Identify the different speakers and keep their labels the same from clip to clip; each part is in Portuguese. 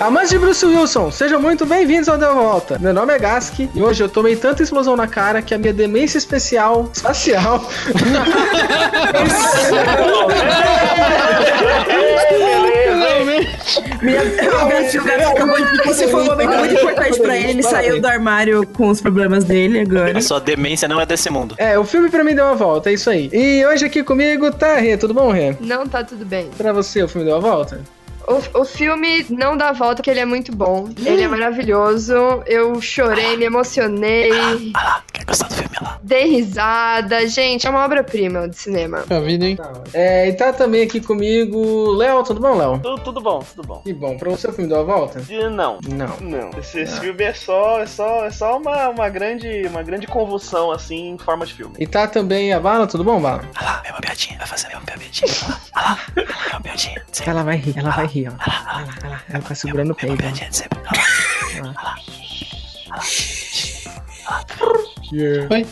Speaker 1: Amantes de Bruce Wilson, sejam muito bem-vindos ao De Volta. Meu nome é Gaski e hoje eu tomei tanta explosão na cara que a minha demência especial, espacial,
Speaker 2: Minha, realmente, o Gato acabou de. Você foi um momento muito importante pra ele. Ele saiu do armário com os problemas dele agora.
Speaker 3: A sua demência não é desse mundo.
Speaker 1: É, o filme pra mim deu uma volta, é isso aí. E hoje aqui comigo tá Rê, tudo bom, Rê?
Speaker 4: Não tá tudo bem.
Speaker 1: Pra você, o filme deu uma volta?
Speaker 4: O, o filme não dá a volta, porque ele é muito bom. Ele é maravilhoso. Eu chorei, me emocionei,
Speaker 3: Ah lá, quer gostar do filme olha lá?
Speaker 4: dei risada. Gente, é uma obra-prima de cinema.
Speaker 5: Tá vindo, hein?
Speaker 1: É, e tá também aqui comigo Léo, tudo bom, Léo?
Speaker 6: Tudo, tudo bom, tudo bom.
Speaker 1: Que bom, pra você o filme deu uma volta?
Speaker 6: E não.
Speaker 1: Não.
Speaker 6: Não. Esse, esse filme é só, é só, é só uma, uma, grande, uma grande convulsão, assim, em forma de filme.
Speaker 1: E tá também a Vala, tudo bom, Vala?
Speaker 3: Olha lá, mesma piadinha. Vai fazer a mesma piadinha. Olha lá, olha lá, mesma piadinha. de Sempre.
Speaker 1: Ela vai rir, ela vai rir, ó. Vai lá, vai lá. Ela tá segurando o peito.
Speaker 3: Mesma piadinha de sempre. Olha lá.
Speaker 1: Yeah.
Speaker 5: Vai.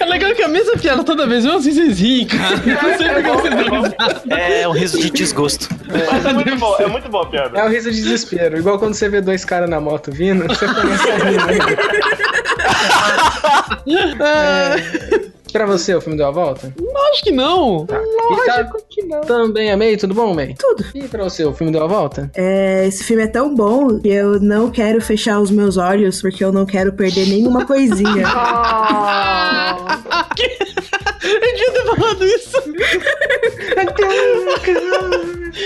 Speaker 5: é legal que a mesma piada toda vez, eu assim vocês riem, cara. Não sei por que vocês dão risada.
Speaker 3: É um riso de desgosto.
Speaker 6: Mas é muito bom, é muito bom a
Speaker 1: É
Speaker 6: piada.
Speaker 1: o riso de desespero. Igual quando você vê dois caras na moto vindo, você começa a rir. né? É. Pra você, o filme deu a volta?
Speaker 5: Não, Acho que não.
Speaker 1: E tá também a May, tudo bom, May? Tudo. E pra você, o filme deu a volta?
Speaker 2: É, esse filme é tão bom que eu não quero fechar os meus olhos porque eu não quero perder nenhuma coisinha.
Speaker 4: Oh.
Speaker 5: Eu devia ter falado isso.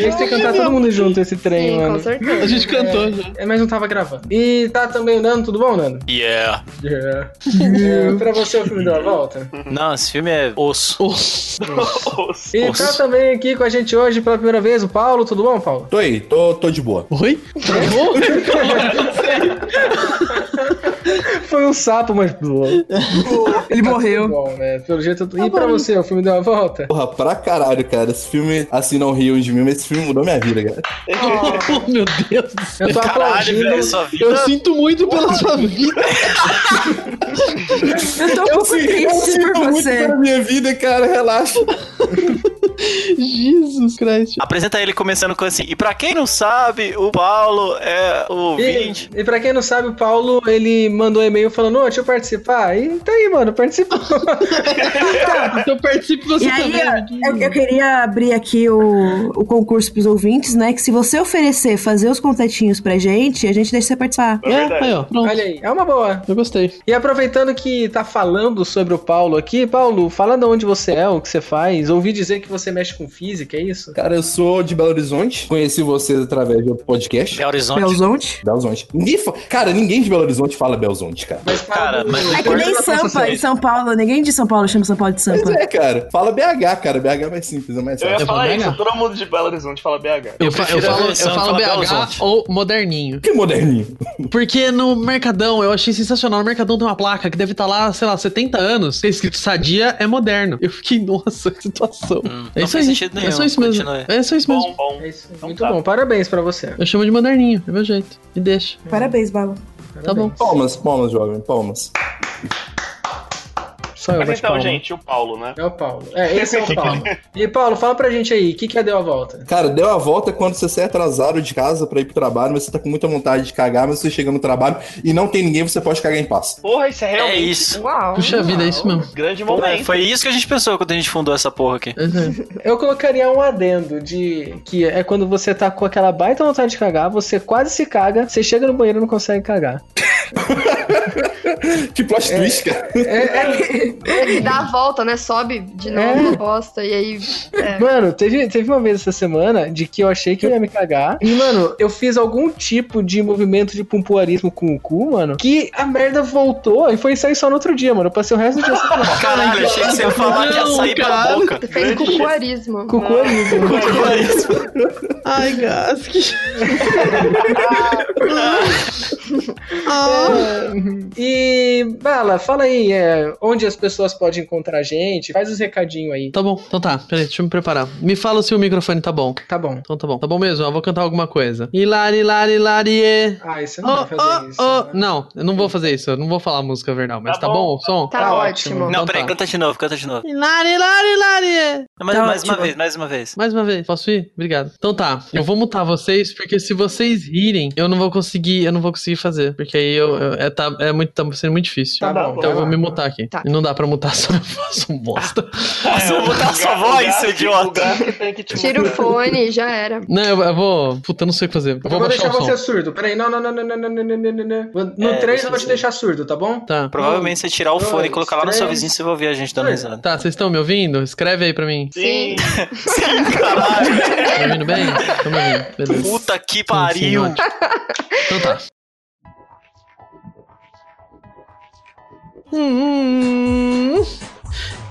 Speaker 1: Eles têm que cantar todo mundo junto esse trem,
Speaker 4: Sim, com
Speaker 1: mano.
Speaker 5: A
Speaker 4: certeza.
Speaker 5: gente cantou já.
Speaker 1: É, mas não tava gravando. E tá também o Nando, tudo bom, Nando?
Speaker 3: Yeah.
Speaker 1: Yeah. É, pra você, o filme deu a volta?
Speaker 3: Não, esse filme é osso.
Speaker 6: Nossa.
Speaker 1: E
Speaker 3: Nossa.
Speaker 1: tá também aqui com a gente hoje pela primeira vez o Paulo, tudo bom, Paulo?
Speaker 7: Tô aí, tô, tô de boa.
Speaker 5: Oi?
Speaker 1: Foi um sapo, mas.
Speaker 2: Ele morreu. Tá
Speaker 1: Bom, né? Pelo jeito. E pra você, o filme deu uma volta?
Speaker 7: Porra, pra caralho, cara. Esse filme, assim, não riam de mim, mas esse filme mudou minha vida, cara.
Speaker 5: Oh, meu Deus do céu.
Speaker 1: Eu tô
Speaker 3: Caralho,
Speaker 1: aplaudindo.
Speaker 3: velho, sua vida.
Speaker 5: Eu sinto muito pela sua vida.
Speaker 2: Eu tô um pouco triste por
Speaker 7: muito
Speaker 2: você.
Speaker 7: pela minha vida, cara. Relaxa.
Speaker 5: Jesus Christ.
Speaker 3: Apresenta ele começando com assim. E pra quem não sabe, o Paulo é o ouvinte.
Speaker 1: E, e pra quem não sabe, o Paulo, ele mandou um e-mail falando, ô, deixa eu participar. E tá aí, mano, participou.
Speaker 5: Então participe você
Speaker 2: E aí,
Speaker 5: também.
Speaker 2: ó, É eu, eu queria abrir aqui o, o concurso pros ouvintes, né? Que se você oferecer fazer os contatinhos pra gente, a gente deixa você participar.
Speaker 6: É verdade.
Speaker 5: É, aí, ó. Pronto.
Speaker 1: Olha aí, é uma boa.
Speaker 5: Eu gostei.
Speaker 1: E aproveitando que tá falando sobre o Paulo aqui, Paulo, fala de onde você é, o que você faz. Ouvi dizer que você mexe com física, é isso?
Speaker 7: Cara, eu sou de Belo Horizonte. Conheci vocês através do podcast.
Speaker 3: Belo Horizonte.
Speaker 2: Belzonte?
Speaker 7: Belo Horizonte. Ninguém fa- Cara, ninguém de Belo Horizonte fala Belo Horizonte, cara.
Speaker 1: Mas
Speaker 3: Cara, mas-
Speaker 2: É que nem Sampa, em São Paulo. Ninguém de São Paulo chama São Paulo de
Speaker 7: Pois
Speaker 2: Sampa.
Speaker 7: é, cara. Fala BH, cara. BH é mais simples, é mais
Speaker 6: Eu
Speaker 7: fácil.
Speaker 6: ia falar
Speaker 5: BH?
Speaker 6: isso, todo mundo de Belo Horizonte fala BH.
Speaker 5: Eu, fa-
Speaker 3: prefiro
Speaker 5: eu
Speaker 3: a
Speaker 5: falo, eu
Speaker 3: versão
Speaker 5: falo
Speaker 3: fala Belo
Speaker 5: BH
Speaker 3: Horizonte.
Speaker 5: ou moderninho.
Speaker 7: Que moderninho.
Speaker 5: Porque no Mercadão, eu achei sensacional. No Mercadão tem uma placa que deve estar lá, sei lá, 70 anos. Tem escrito Sadia é moderno. Eu fiquei, nossa, que situação.
Speaker 3: Hum,
Speaker 5: é
Speaker 3: não
Speaker 5: isso
Speaker 3: faz
Speaker 5: aí.
Speaker 3: sentido
Speaker 5: é só
Speaker 3: nenhum.
Speaker 5: isso mesmo.
Speaker 3: Continue.
Speaker 5: É só isso mesmo.
Speaker 6: Bom, bom.
Speaker 1: É isso.
Speaker 6: Então
Speaker 1: Muito
Speaker 6: tá.
Speaker 1: bom, parabéns pra você.
Speaker 5: Eu chamo de moderninho, é meu jeito. Me deixa.
Speaker 2: é. Parabéns, Balo.
Speaker 5: Tá bom.
Speaker 7: Palmas, palmas, jovem. Palmas.
Speaker 1: Só eu
Speaker 6: Mas
Speaker 1: bate
Speaker 6: então,
Speaker 1: palma.
Speaker 6: gente, o Paulo, né?
Speaker 1: É o Paulo. É, esse é o Paulo. E Paulo, fala pra gente aí, o que que é deu a volta?
Speaker 7: Cara, deu a volta quando você sai atrasado de casa pra ir pro trabalho, mas você tá com muita vontade de cagar, mas você chega no trabalho e não tem ninguém, você pode cagar em paz.
Speaker 6: Porra, isso é
Speaker 3: É
Speaker 6: realmente
Speaker 3: isso.
Speaker 4: Uau.
Speaker 5: Puxa vida, é isso mesmo.
Speaker 6: um grande
Speaker 3: Pô, é,
Speaker 6: momento.
Speaker 3: Foi isso que a gente pensou quando a gente fundou essa porra aqui.
Speaker 5: É isso aí.
Speaker 1: Eu colocaria um adendo de que é quando você tá com aquela baita vontade de cagar, você quase se caga, você chega no banheiro e não consegue cagar.
Speaker 7: Que plot
Speaker 2: É.
Speaker 7: twist, cara.
Speaker 4: Ele dá a volta, né? Sobe de novo
Speaker 1: É.
Speaker 4: a bosta e aí. É.
Speaker 1: Mano, teve, teve uma vez essa semana de que eu achei que eu ia me cagar. E, mano, eu fiz algum tipo de movimento de pumpuarismo com o cu, mano, que a merda voltou e foi sair só no outro dia, mano. Eu passei o resto do dia sem cagar.
Speaker 3: Caralho, achei que você ia falar que ia
Speaker 5: Não,
Speaker 3: sair
Speaker 5: cara.
Speaker 3: pela boca.
Speaker 4: Você fez
Speaker 6: Grande
Speaker 4: cucuarismo.
Speaker 1: Com o cu amigo.
Speaker 5: Ai, gás, que. Ah.
Speaker 1: E, Bala, fala aí é, onde as pessoas podem encontrar a gente. Faz os recadinhos aí.
Speaker 5: Tá bom, então tá. Peraí, deixa eu me preparar. Me fala se o microfone tá bom.
Speaker 1: Tá bom.
Speaker 5: Então tá bom. Tá bom mesmo? Eu vou cantar alguma coisa. Hilari, lari, larie.
Speaker 1: Ah, você não
Speaker 5: Oh,
Speaker 1: vai fazer isso.
Speaker 5: oh, oh.
Speaker 1: né?
Speaker 5: Não, eu não vou fazer isso. Eu não vou falar a música verdal, mas
Speaker 6: Tá
Speaker 5: tá, bom,
Speaker 6: bom.
Speaker 5: o som?
Speaker 4: Tá,
Speaker 1: Tá
Speaker 4: ótimo.
Speaker 1: ótimo.
Speaker 5: Então
Speaker 3: Não, peraí,
Speaker 5: tá.
Speaker 3: canta de novo, canta de novo.
Speaker 5: Hilari, lari, larie.
Speaker 3: Mais,
Speaker 2: Tá
Speaker 3: mais uma
Speaker 2: ótimo.
Speaker 3: vez, mais uma vez.
Speaker 5: Mais uma vez, posso ir? Obrigado. Então tá, eu vou mutar vocês, porque se vocês rirem, eu não vou conseguir, eu não vou conseguir fazer. Porque aí eu, eu- é, tá, é muito, tá sendo muito difícil.
Speaker 1: Tá
Speaker 6: Tá
Speaker 1: bom.
Speaker 6: bom,
Speaker 5: Então eu vou
Speaker 1: vai
Speaker 5: me
Speaker 1: lá.
Speaker 5: mutar aqui.
Speaker 4: Tá.
Speaker 5: E Não dá pra mutar só eu faço um bosta.
Speaker 6: é
Speaker 3: Nossa, É, eu vou botar a sua voz, seu
Speaker 6: O
Speaker 3: idiota.
Speaker 6: gato um tem um que tipo, te
Speaker 4: Tira o fone, já era.
Speaker 5: Não, eu, eu vou. Puta, eu não sei o que fazer. Eu
Speaker 1: Eu
Speaker 5: vou
Speaker 1: vou
Speaker 5: baixar
Speaker 1: deixar
Speaker 5: o som.
Speaker 1: você surdo. Peraí, não, não, não, não, não, não, não, não, não, não, não. Vou- No
Speaker 3: É,
Speaker 1: 3
Speaker 3: deixa
Speaker 1: eu vou te
Speaker 3: eu-
Speaker 1: deixar surdo, tá bom?
Speaker 5: Tá.
Speaker 3: Provavelmente você tirar o
Speaker 1: dois,
Speaker 3: fone e colocar lá no seu
Speaker 1: três,
Speaker 3: vizinho, você vai ouvir a gente dando
Speaker 1: dois.
Speaker 3: risada.
Speaker 5: Tá, vocês estão me ouvindo? Escreve aí pra mim.
Speaker 6: Sim.
Speaker 5: Tá me ouvindo bem? Tô me ouvindo. Beleza.
Speaker 3: Puta que pariu.
Speaker 5: Sim, sim, Então tá. Hum,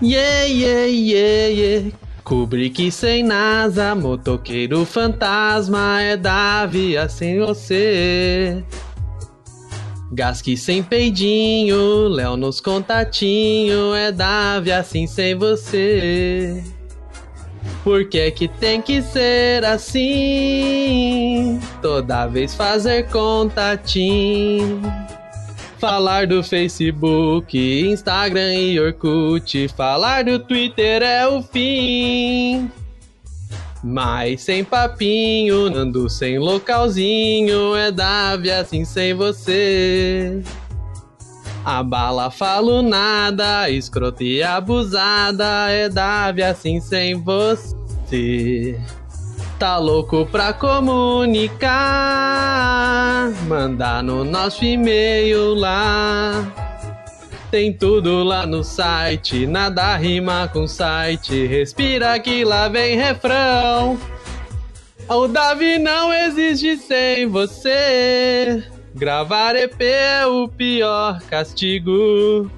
Speaker 5: yeah, yeah, yeah, yeah. Kubrick sem NASA, motoqueiro fantasma é Davia sem você. Gasque sem peidinho, Léo nos contatinho é Davia assim sem você. Por que que tem que ser assim? Toda vez fazer contatinho. Falar do Facebook, Instagram e Orkut. Falar do Twitter é o fim. Mas sem papinho, ando sem localzinho. É Davi assim sem você. A bala falo nada, escrota e abusada. É Davi assim sem você. Tá louco pra comunicar? Mandar no nosso e-mail lá. Tem tudo lá no site, nada rima com site. Respira que lá vem refrão. O Davi não existe sem você. Gravar EP é o pior castigo.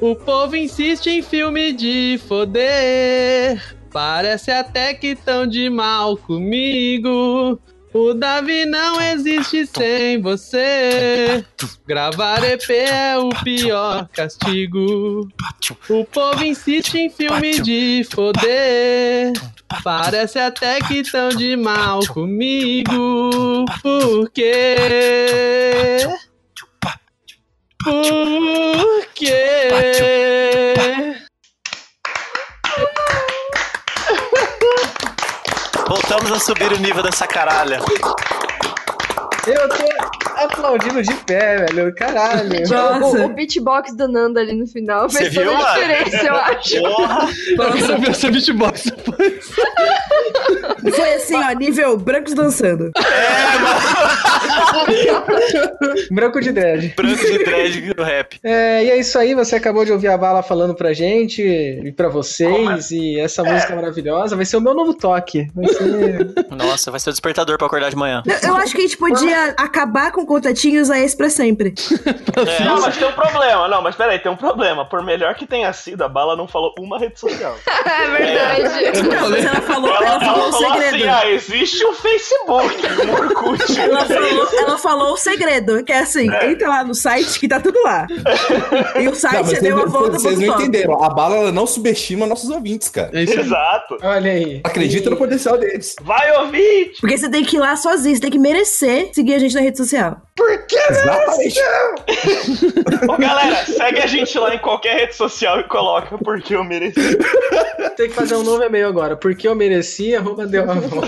Speaker 5: O povo insiste em filme de foder. Parece até que tão de mal comigo. O Davi não existe sem você. Gravar EP é o pior castigo. O povo insiste em filme de foder. Parece até que tão de mal comigo. Por quê? Por quê?
Speaker 3: Voltamos a subir o nível dessa caralha.
Speaker 1: Eu tô aplaudindo de pé, velho. Caralho.
Speaker 4: O, o
Speaker 2: Nossa,
Speaker 4: beatbox do Nanda ali no final
Speaker 3: Você
Speaker 4: fez toda
Speaker 3: viu,
Speaker 4: a
Speaker 3: mano?
Speaker 4: diferença, eu acho.
Speaker 3: Porra.
Speaker 5: Eu quero ver essa beatbox.
Speaker 2: foi assim, ó, nível brancos dançando.
Speaker 1: Branco de dread.
Speaker 3: Branco de dread do rap.
Speaker 1: É, e é isso aí, você acabou de ouvir a Bala falando pra gente e pra vocês. E essa música maravilhosa vai ser o meu novo toque. Vai ser...
Speaker 3: Nossa, vai ser o despertador pra acordar de manhã.
Speaker 2: Eu, eu acho que a gente podia acabar com contatinhos a esse pra sempre.
Speaker 3: É,
Speaker 6: Não, mas tem um problema. Não, mas peraí, tem um problema. Por melhor que tenha sido, a bala não falou uma rede social.
Speaker 4: É verdade.
Speaker 2: Não, mas ela falou,
Speaker 6: Ela,
Speaker 2: ela falou
Speaker 6: ela
Speaker 2: o
Speaker 6: falou assim:
Speaker 2: segredo.
Speaker 6: ah, existe o Facebook, o Orkut.
Speaker 2: Ela falou, ela falou o segredo, que é assim, entra lá no site que tá tudo lá. E o site
Speaker 7: Tá, mas
Speaker 2: você
Speaker 7: vocês,
Speaker 2: deu uma
Speaker 7: não-
Speaker 2: volta
Speaker 7: vocês
Speaker 2: pro
Speaker 7: não
Speaker 2: top.
Speaker 7: entenderam. A bala ela não subestima nossos ouvintes, cara.
Speaker 5: É isso aí.
Speaker 6: Exato.
Speaker 1: Olha aí.
Speaker 7: Acredita no potencial deles.
Speaker 6: Vai ouvir!
Speaker 2: Porque você tem que ir lá sozinho, você tem que merecer seguir a gente na rede social.
Speaker 7: Exatamente.
Speaker 6: Ô, galera, segue a gente lá em qualquer rede social e coloca porque eu mereci.
Speaker 1: Tem que fazer um novo e-mail agora. Porque eu mereci, arroba deu uma volta.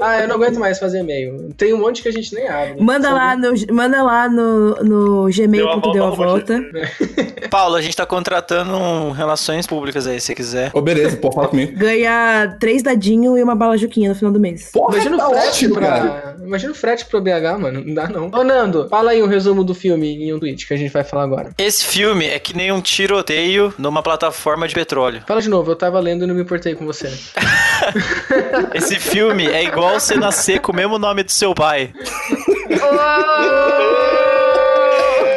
Speaker 1: ah, eu não aguento mais fazer e-mail. Tem um monte que a gente nem abre.
Speaker 2: Manda lá no, manda lá no, no
Speaker 6: Deu a
Speaker 2: Gmail
Speaker 6: volta,
Speaker 2: que deu a
Speaker 6: arroba
Speaker 2: volta.
Speaker 3: Paulo, a gente tá contratando um relações públicas aí, se quiser.
Speaker 7: Ô, beleza, pô, fala comigo.
Speaker 2: Ganha três dadinho e uma bala juquinha no final do mês.
Speaker 7: Porra,
Speaker 1: Imagina o
Speaker 7: tá
Speaker 1: frete
Speaker 7: ótimo,
Speaker 1: pra.
Speaker 7: cara.
Speaker 1: Imagina o frete pro BH, mano. Não dá não. Ô, Nando, fala aí um resumo do filme em um tweet que a gente vai falar agora.
Speaker 3: Esse filme é que nem um tiroteio numa plataforma de petróleo.
Speaker 1: Fala de novo, eu tava lendo e não me importei com você.
Speaker 3: Esse filme é igual você Oh! nascer com o mesmo nome do seu pai.
Speaker 4: Oh!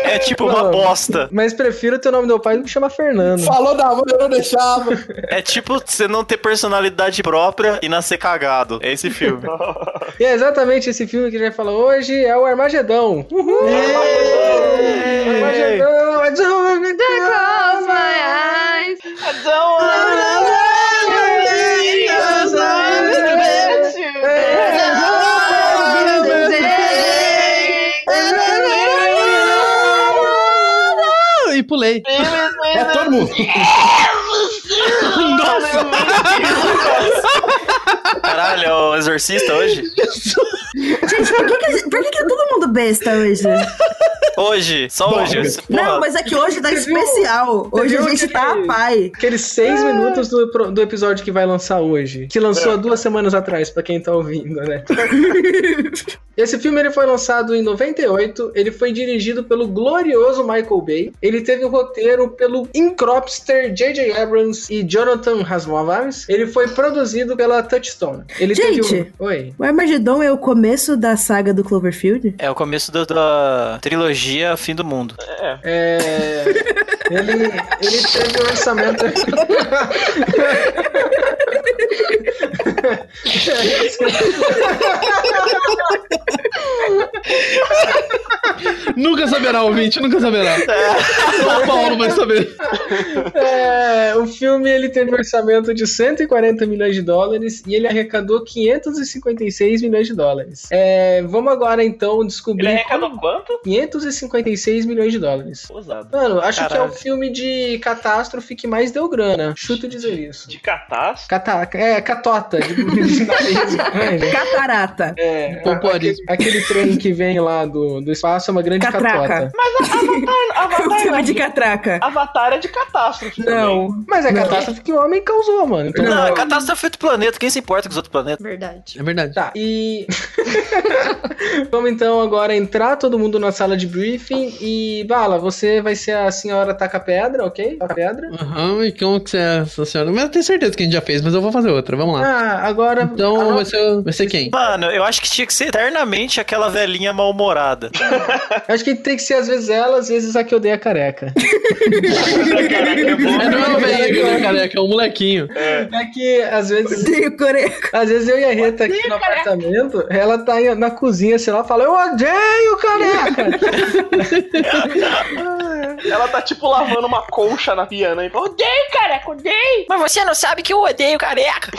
Speaker 3: é tipo uma
Speaker 1: Mano.
Speaker 3: bosta.
Speaker 1: Mas prefiro ter o nome do meu pai do que chamar Fernando.
Speaker 7: Falou da mãe, eu não deixava.
Speaker 3: É tipo você não ter personalidade própria e nascer cagado. É esse filme.
Speaker 1: E é exatamente esse filme que a gente vai falar hoje é o Armagedão. Uhul! Armagedão!
Speaker 4: Close my eyes.
Speaker 5: E pulei.
Speaker 7: É todo mundo.
Speaker 3: Caralho, é o exorcista hoje?
Speaker 2: Gente, por que, que- por que que é todo mundo besta hoje?
Speaker 3: Hoje, só
Speaker 7: Bom,
Speaker 3: hoje.
Speaker 7: Lucas.
Speaker 3: Porra.
Speaker 2: Não, mas é que hoje tá especial. Hoje a
Speaker 1: viu
Speaker 2: gente tá a
Speaker 1: aquele-
Speaker 2: pai.
Speaker 1: Aqueles seis minutos do, pro- do episódio que vai lançar hoje. Que lançou há duas semanas atrás, pra quem tá ouvindo, né? Esse filme ele foi lançado em 98, ele foi dirigido pelo glorioso Michael Bay, ele teve o roteiro pelo Incropster, J.J. Abrams e Jonathan Rasmovans, ele foi produzido pela Touchstone. Ele teve
Speaker 2: Gente!
Speaker 1: o... Oi.
Speaker 2: O Armagedon é o começo da saga do Cloverfield?
Speaker 3: É o começo do- da trilogia Fim do Mundo.
Speaker 1: É... ele, ele teve um orçamento...
Speaker 5: Nunca saberá, ouvinte, nunca saberá. Só o Paulo vai saber.
Speaker 1: É, o filme ele teve um orçamento de 140 milhões de dólares e ele arrecadou 556 milhões de dólares. É, vamos agora então
Speaker 6: Ele
Speaker 1: descobrir
Speaker 3: é-
Speaker 6: arrecadou
Speaker 1: como-
Speaker 6: quanto?
Speaker 1: 556 milhões de dólares.
Speaker 6: Usado.
Speaker 1: Mano, acho que é o
Speaker 3: Caralho.
Speaker 1: filme de catástrofe que mais deu grana. Chuto dizer isso.
Speaker 6: De catástrofe?
Speaker 1: Cata, é, catota. De, de nariz.
Speaker 2: Catarata.
Speaker 1: É,
Speaker 5: Pompoarismo.
Speaker 1: aquele, aquele trem que vem lá do, do espaço é uma grande
Speaker 2: Catraca.
Speaker 1: catota.
Speaker 2: É o
Speaker 6: Avatar,
Speaker 2: filme
Speaker 6: não.
Speaker 2: de catraca.
Speaker 6: Avatar é de catástrofe também.
Speaker 2: Não.
Speaker 1: Mas é
Speaker 5: Não.
Speaker 1: catástrofe que o homem causou, mano. Então,
Speaker 3: Não, é catástrofe do planeta. Quem se importa com os outros planetas?
Speaker 4: Verdade.
Speaker 5: É verdade.
Speaker 1: Tá, e. Vamos então agora entrar todo mundo na sala de briefing e. Bala, você vai ser a senhora taca-pedra, ok? Taca-pedra.
Speaker 5: Aham, e como que você é essa senhora? Mas eu tenho certeza que a gente já fez, mas eu vou fazer outra, vamos lá.
Speaker 1: Ah, agora.
Speaker 5: Então vai ser, vai ser quem?
Speaker 3: Mano, eu acho que tinha que ser eternamente aquela velhinha mal-humorada.
Speaker 1: Acho que tem que ser às vezes ela, às vezes a que odeia careca.
Speaker 5: É, não é uma velhinha que é careca, é um molequinho.
Speaker 1: É que às vezes.
Speaker 2: Odeio careca.
Speaker 1: Às vezes eu e a Rita aqui no apartamento, ela tá em- na cozinha, sei lá, fala, eu odeio careca!
Speaker 6: Ela tá tipo lavando uma concha na pia, né? E fala, odeio, careca, odeio!
Speaker 3: Mas você não sabe que eu odeio careca.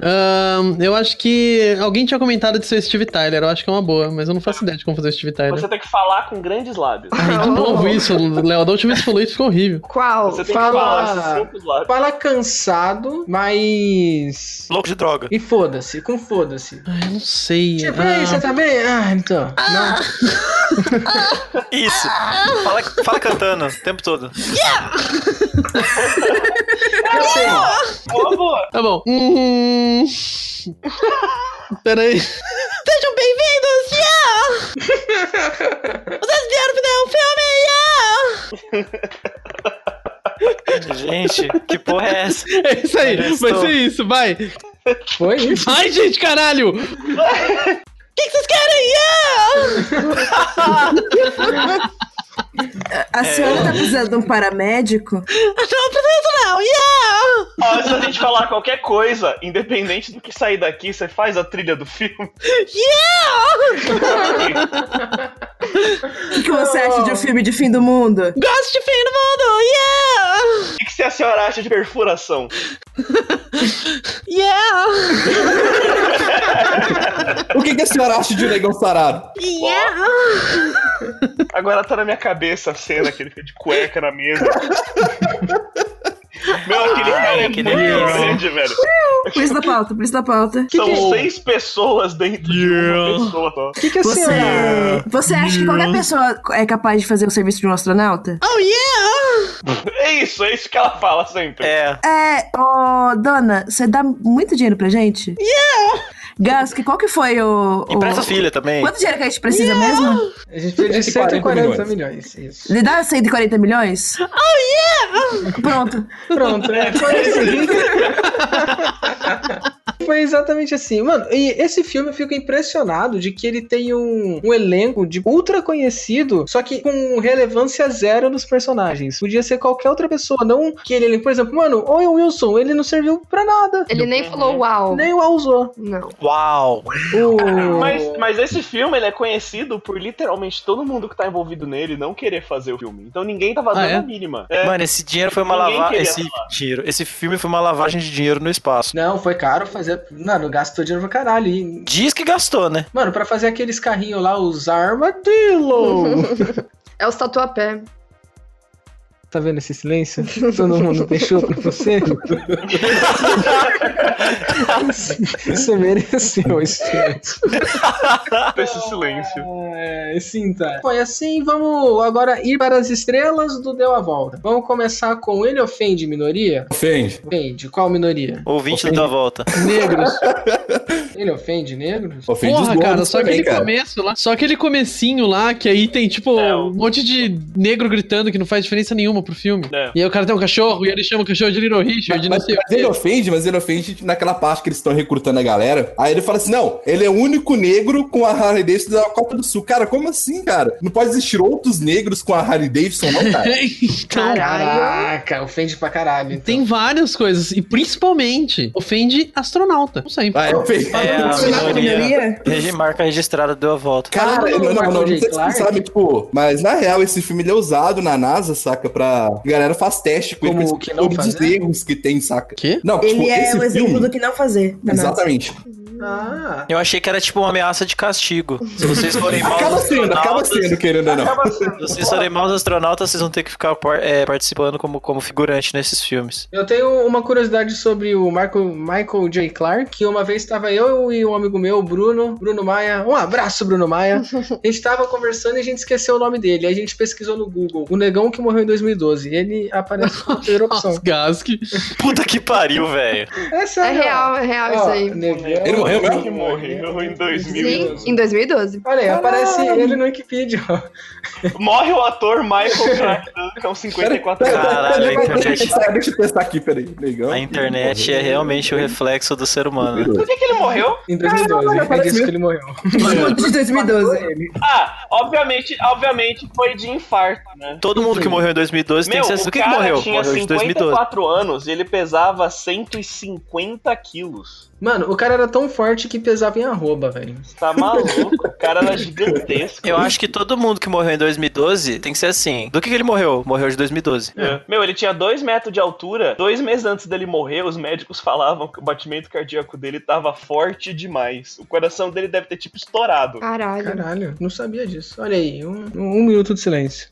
Speaker 5: Ahn, eu acho que alguém tinha comentado de ser Steve Tyler, eu acho que é uma boa, mas eu não faço ideia de como fazer o Steve Tyler.
Speaker 6: Você tem que falar com grandes lábios.
Speaker 5: Ai, de novo isso, Léo, da última vez que falou isso ficou horrível.
Speaker 4: Qual?
Speaker 6: Você tem
Speaker 1: Fala-
Speaker 6: que falar com simples lábios.
Speaker 1: Fala Tipo, cansado, mas.
Speaker 3: Louco de droga.
Speaker 1: E foda-se, com foda-se.
Speaker 5: Ai, eu não sei.
Speaker 1: Tipo,
Speaker 5: ah,
Speaker 1: "Ei, você tá bem? Ah, então.
Speaker 3: Isso. Fala, fala cantando o tempo todo.
Speaker 1: Eu sei.
Speaker 6: Boa, boa.
Speaker 5: Tá bom. Hum... Peraí. Sejam bem-vindos! Yeah! Vocês vieram ver um filme!
Speaker 3: Gente, que porra é essa?
Speaker 5: Yeah! É isso aí, vai
Speaker 3: Estou.
Speaker 5: ser isso, vai!
Speaker 1: Foi isso.
Speaker 5: Vai, gente, caralho! O que, que vocês querem? Yeah!
Speaker 2: A senhora tá precisando de um paramédico?
Speaker 5: Não preciso não! Yeah!
Speaker 6: Ó, se a gente falar qualquer coisa, independente do que sair daqui, você faz a trilha do filme.
Speaker 5: Yeah!
Speaker 2: O que, que você acha de um filme de fim do mundo?
Speaker 5: Gosto de fim do mundo! Yeah!
Speaker 6: O que que a senhora acha de perfuração?
Speaker 5: Yeah!
Speaker 7: O que, que a senhora acha de um negão sarado?
Speaker 5: Yeah!
Speaker 6: Agora tá na minha cabeça a cena que ele fica de cueca na mesa. Meu, aquele cara é
Speaker 3: que
Speaker 6: muito
Speaker 3: delícia.
Speaker 6: grande, velho.
Speaker 2: Por isso da pauta, por isso da pauta.
Speaker 6: São seis pessoas dentro de uma pessoa só.
Speaker 1: O que, que a
Speaker 2: Você,
Speaker 1: senhora.
Speaker 2: você acha que qualquer pessoa é capaz de fazer o serviço de um astronauta?
Speaker 5: Oh yeah!
Speaker 6: É isso, é isso que ela fala sempre.
Speaker 3: É,
Speaker 2: É, ô, dona, você dá muito dinheiro pra gente? Yeah! Gask, qual que foi o. o...
Speaker 3: empresta filha também.
Speaker 2: Quanto dinheiro que a gente precisa mesmo?
Speaker 1: A gente precisa de 140
Speaker 7: 140
Speaker 1: milhões. Isso.
Speaker 2: Lhe dá 140 milhões? Oh, yeah! Pronto.
Speaker 1: Pronto, é. Foi isso. foi exatamente assim. Mano, e esse filme eu fico impressionado de que ele tem um, um elenco de ultra conhecido, só que com relevância zero nos personagens. Podia ser qualquer outra pessoa, não que ele, ele por exemplo, mano, o Wilson, ele não serviu pra nada.
Speaker 4: Ele nem falou uau.
Speaker 1: Nem o usou.
Speaker 4: Não.
Speaker 3: Uau!
Speaker 1: O...
Speaker 6: Mas, mas esse filme ele é conhecido por literalmente todo mundo que tá envolvido nele não querer fazer o filme. Então ninguém tava dando
Speaker 5: Ah, é?
Speaker 6: a mínima. É,
Speaker 3: Mano, esse dinheiro foi uma
Speaker 6: Ninguém
Speaker 3: lavagem.
Speaker 6: queria
Speaker 3: Esse dinheiro, esse filme foi uma lavagem de dinheiro no espaço.
Speaker 1: Não, foi caro fazer. Mano, gastou dinheiro pra caralho. E,
Speaker 3: Diz que gastou, né?
Speaker 1: mano, pra fazer aqueles carrinhos lá, os armadillo.
Speaker 4: É os tatuapé.
Speaker 1: tá vendo esse silêncio? Todo mundo deixou pra você? você mereceu esse silêncio.
Speaker 6: esse silêncio.
Speaker 1: É, sim, tá. Foi assim, vamos agora ir para as estrelas do Deu a Volta. Vamos começar com ele ofende minoria?
Speaker 7: Ofende.
Speaker 1: Ofende, qual minoria?
Speaker 3: Ouvinte da tua volta.
Speaker 5: Negros.
Speaker 1: Ele ofende negros?
Speaker 7: Ofende os
Speaker 5: Porra,
Speaker 7: gordos
Speaker 5: cara, só
Speaker 7: também,
Speaker 5: aquele
Speaker 7: cara.
Speaker 5: começo lá. Só aquele comecinho lá, que aí tem, tipo,
Speaker 6: É, o-
Speaker 5: um monte de negro gritando que não faz diferença nenhuma pro filme.
Speaker 6: É.
Speaker 5: E aí o cara tem um cachorro, e ele chama o cachorro de Little Richard, de não
Speaker 7: Mas,
Speaker 5: sei o
Speaker 7: mas ele
Speaker 5: quê.
Speaker 7: ofende, mas ele ofende naquela parte que eles estão recrutando a galera. Aí ele fala assim: não, ele é o único negro com a Harley Davidson da Copa do Sul. Cara, como assim, cara? Não pode existir outros negros com a Harley Davidson, não, cara?
Speaker 5: Então,
Speaker 1: Caraca, ofende pra caralho. então.
Speaker 5: tem várias coisas, e principalmente ofende astronauta. Não sei.
Speaker 7: Vai, ofende.
Speaker 3: É, a
Speaker 2: Funcionava de
Speaker 3: minoria.
Speaker 2: minoria?
Speaker 3: Regi- Marca registrada deu a volta.
Speaker 7: Cara,
Speaker 1: Falando
Speaker 7: não,
Speaker 1: do
Speaker 7: não, não,
Speaker 1: Michael
Speaker 7: não,
Speaker 1: J.
Speaker 7: sei se vocês
Speaker 1: Clarke.
Speaker 7: sabem, tipo, mas na real esse filme ele é usado na NASA, saca? Pra. A galera faz teste com
Speaker 1: Como
Speaker 7: ele,
Speaker 1: que
Speaker 7: com
Speaker 1: não
Speaker 7: todos os
Speaker 1: fazer?
Speaker 7: erros que tem, saca?
Speaker 5: Quê?
Speaker 7: Não, tipo,
Speaker 2: Ele é
Speaker 7: esse
Speaker 2: o exemplo
Speaker 7: filme.
Speaker 2: do que não fazer. na NASA.
Speaker 7: Exatamente.
Speaker 1: Ah,
Speaker 3: Eu achei que era tipo uma ameaça de castigo. Se vocês forem maus
Speaker 7: Acaba sendo, acaba
Speaker 3: astronautas,
Speaker 7: sendo, querendo ou não.
Speaker 3: se vocês forem maus astronautas, vocês vão ter que ficar par- é, participando como, como figurante nesses filmes.
Speaker 1: eu tenho uma curiosidade sobre o Marco, Michael J. Clark, que uma vez estava eu e um amigo meu, o Bruno, Bruno Maia. Um abraço, Bruno Maia. A gente tava conversando e a gente esqueceu o nome dele. Aí a gente pesquisou no Google. O negão que morreu em 2012. Ele aparece como primeira opção.
Speaker 5: Nossa, Gask.
Speaker 3: Puta que pariu, velho.
Speaker 1: É
Speaker 4: É
Speaker 1: sério. ó.
Speaker 4: real, é real
Speaker 1: Ó,
Speaker 4: isso aí.
Speaker 1: negão.
Speaker 7: Ele morreu mesmo?
Speaker 6: Que morreu em 2000.
Speaker 4: Sim, em 2012.
Speaker 1: Olha aí, aparece ele no Wikipedia. ó.
Speaker 6: Morre o ator Michael Clarkson, que é um 54 anos.
Speaker 3: Caralho, a internet-
Speaker 7: Deixa eu- deixa eu pensar aqui, peraí. Negão.
Speaker 3: A internet é realmente o reflexo do ser humano. né?
Speaker 6: Por que, que ele morreu?
Speaker 1: Em 2012. é disso que ele morreu.
Speaker 2: Tipo, De 2012.
Speaker 6: Ah, obviamente, obviamente foi de infarto, né?
Speaker 3: Todo mundo que morreu em 2012 tem
Speaker 6: Meu,
Speaker 3: que ser.
Speaker 6: o
Speaker 3: Do que, que
Speaker 6: cara
Speaker 3: morreu?
Speaker 6: tinha
Speaker 3: Uhum. Morreu de 2012.
Speaker 6: 54 anos e ele pesava 150 quilos.
Speaker 1: Mano, o cara era tão forte que pesava em arroba, velho.
Speaker 6: Você tá maluco? o cara era gigantesco.
Speaker 3: Eu acho que todo mundo que morreu em 2012 tem que ser assim. Do que, que ele morreu? Morreu de 2012.
Speaker 6: É. Meu, ele tinha 2 metros de altura. Dois meses antes dele morrer, os médicos falavam que o batimento cardíaco dele tava forte demais. O coração dele deve ter, tipo, estourado.
Speaker 4: Caralho.
Speaker 1: Caralho, não sabia disso. Olha aí, um, um minuto de silêncio.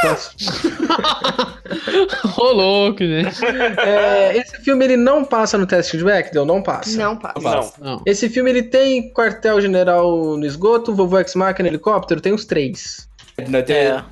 Speaker 5: Ô, louco, gente.
Speaker 1: É, esse filme ele não passa no teste de Bechdel, não passa.
Speaker 4: Não passa.
Speaker 6: Não.
Speaker 5: Não.
Speaker 1: Esse filme ele tem quartel-general no esgoto, vovô X-Máquina helicóptero, tem os três.
Speaker 3: É.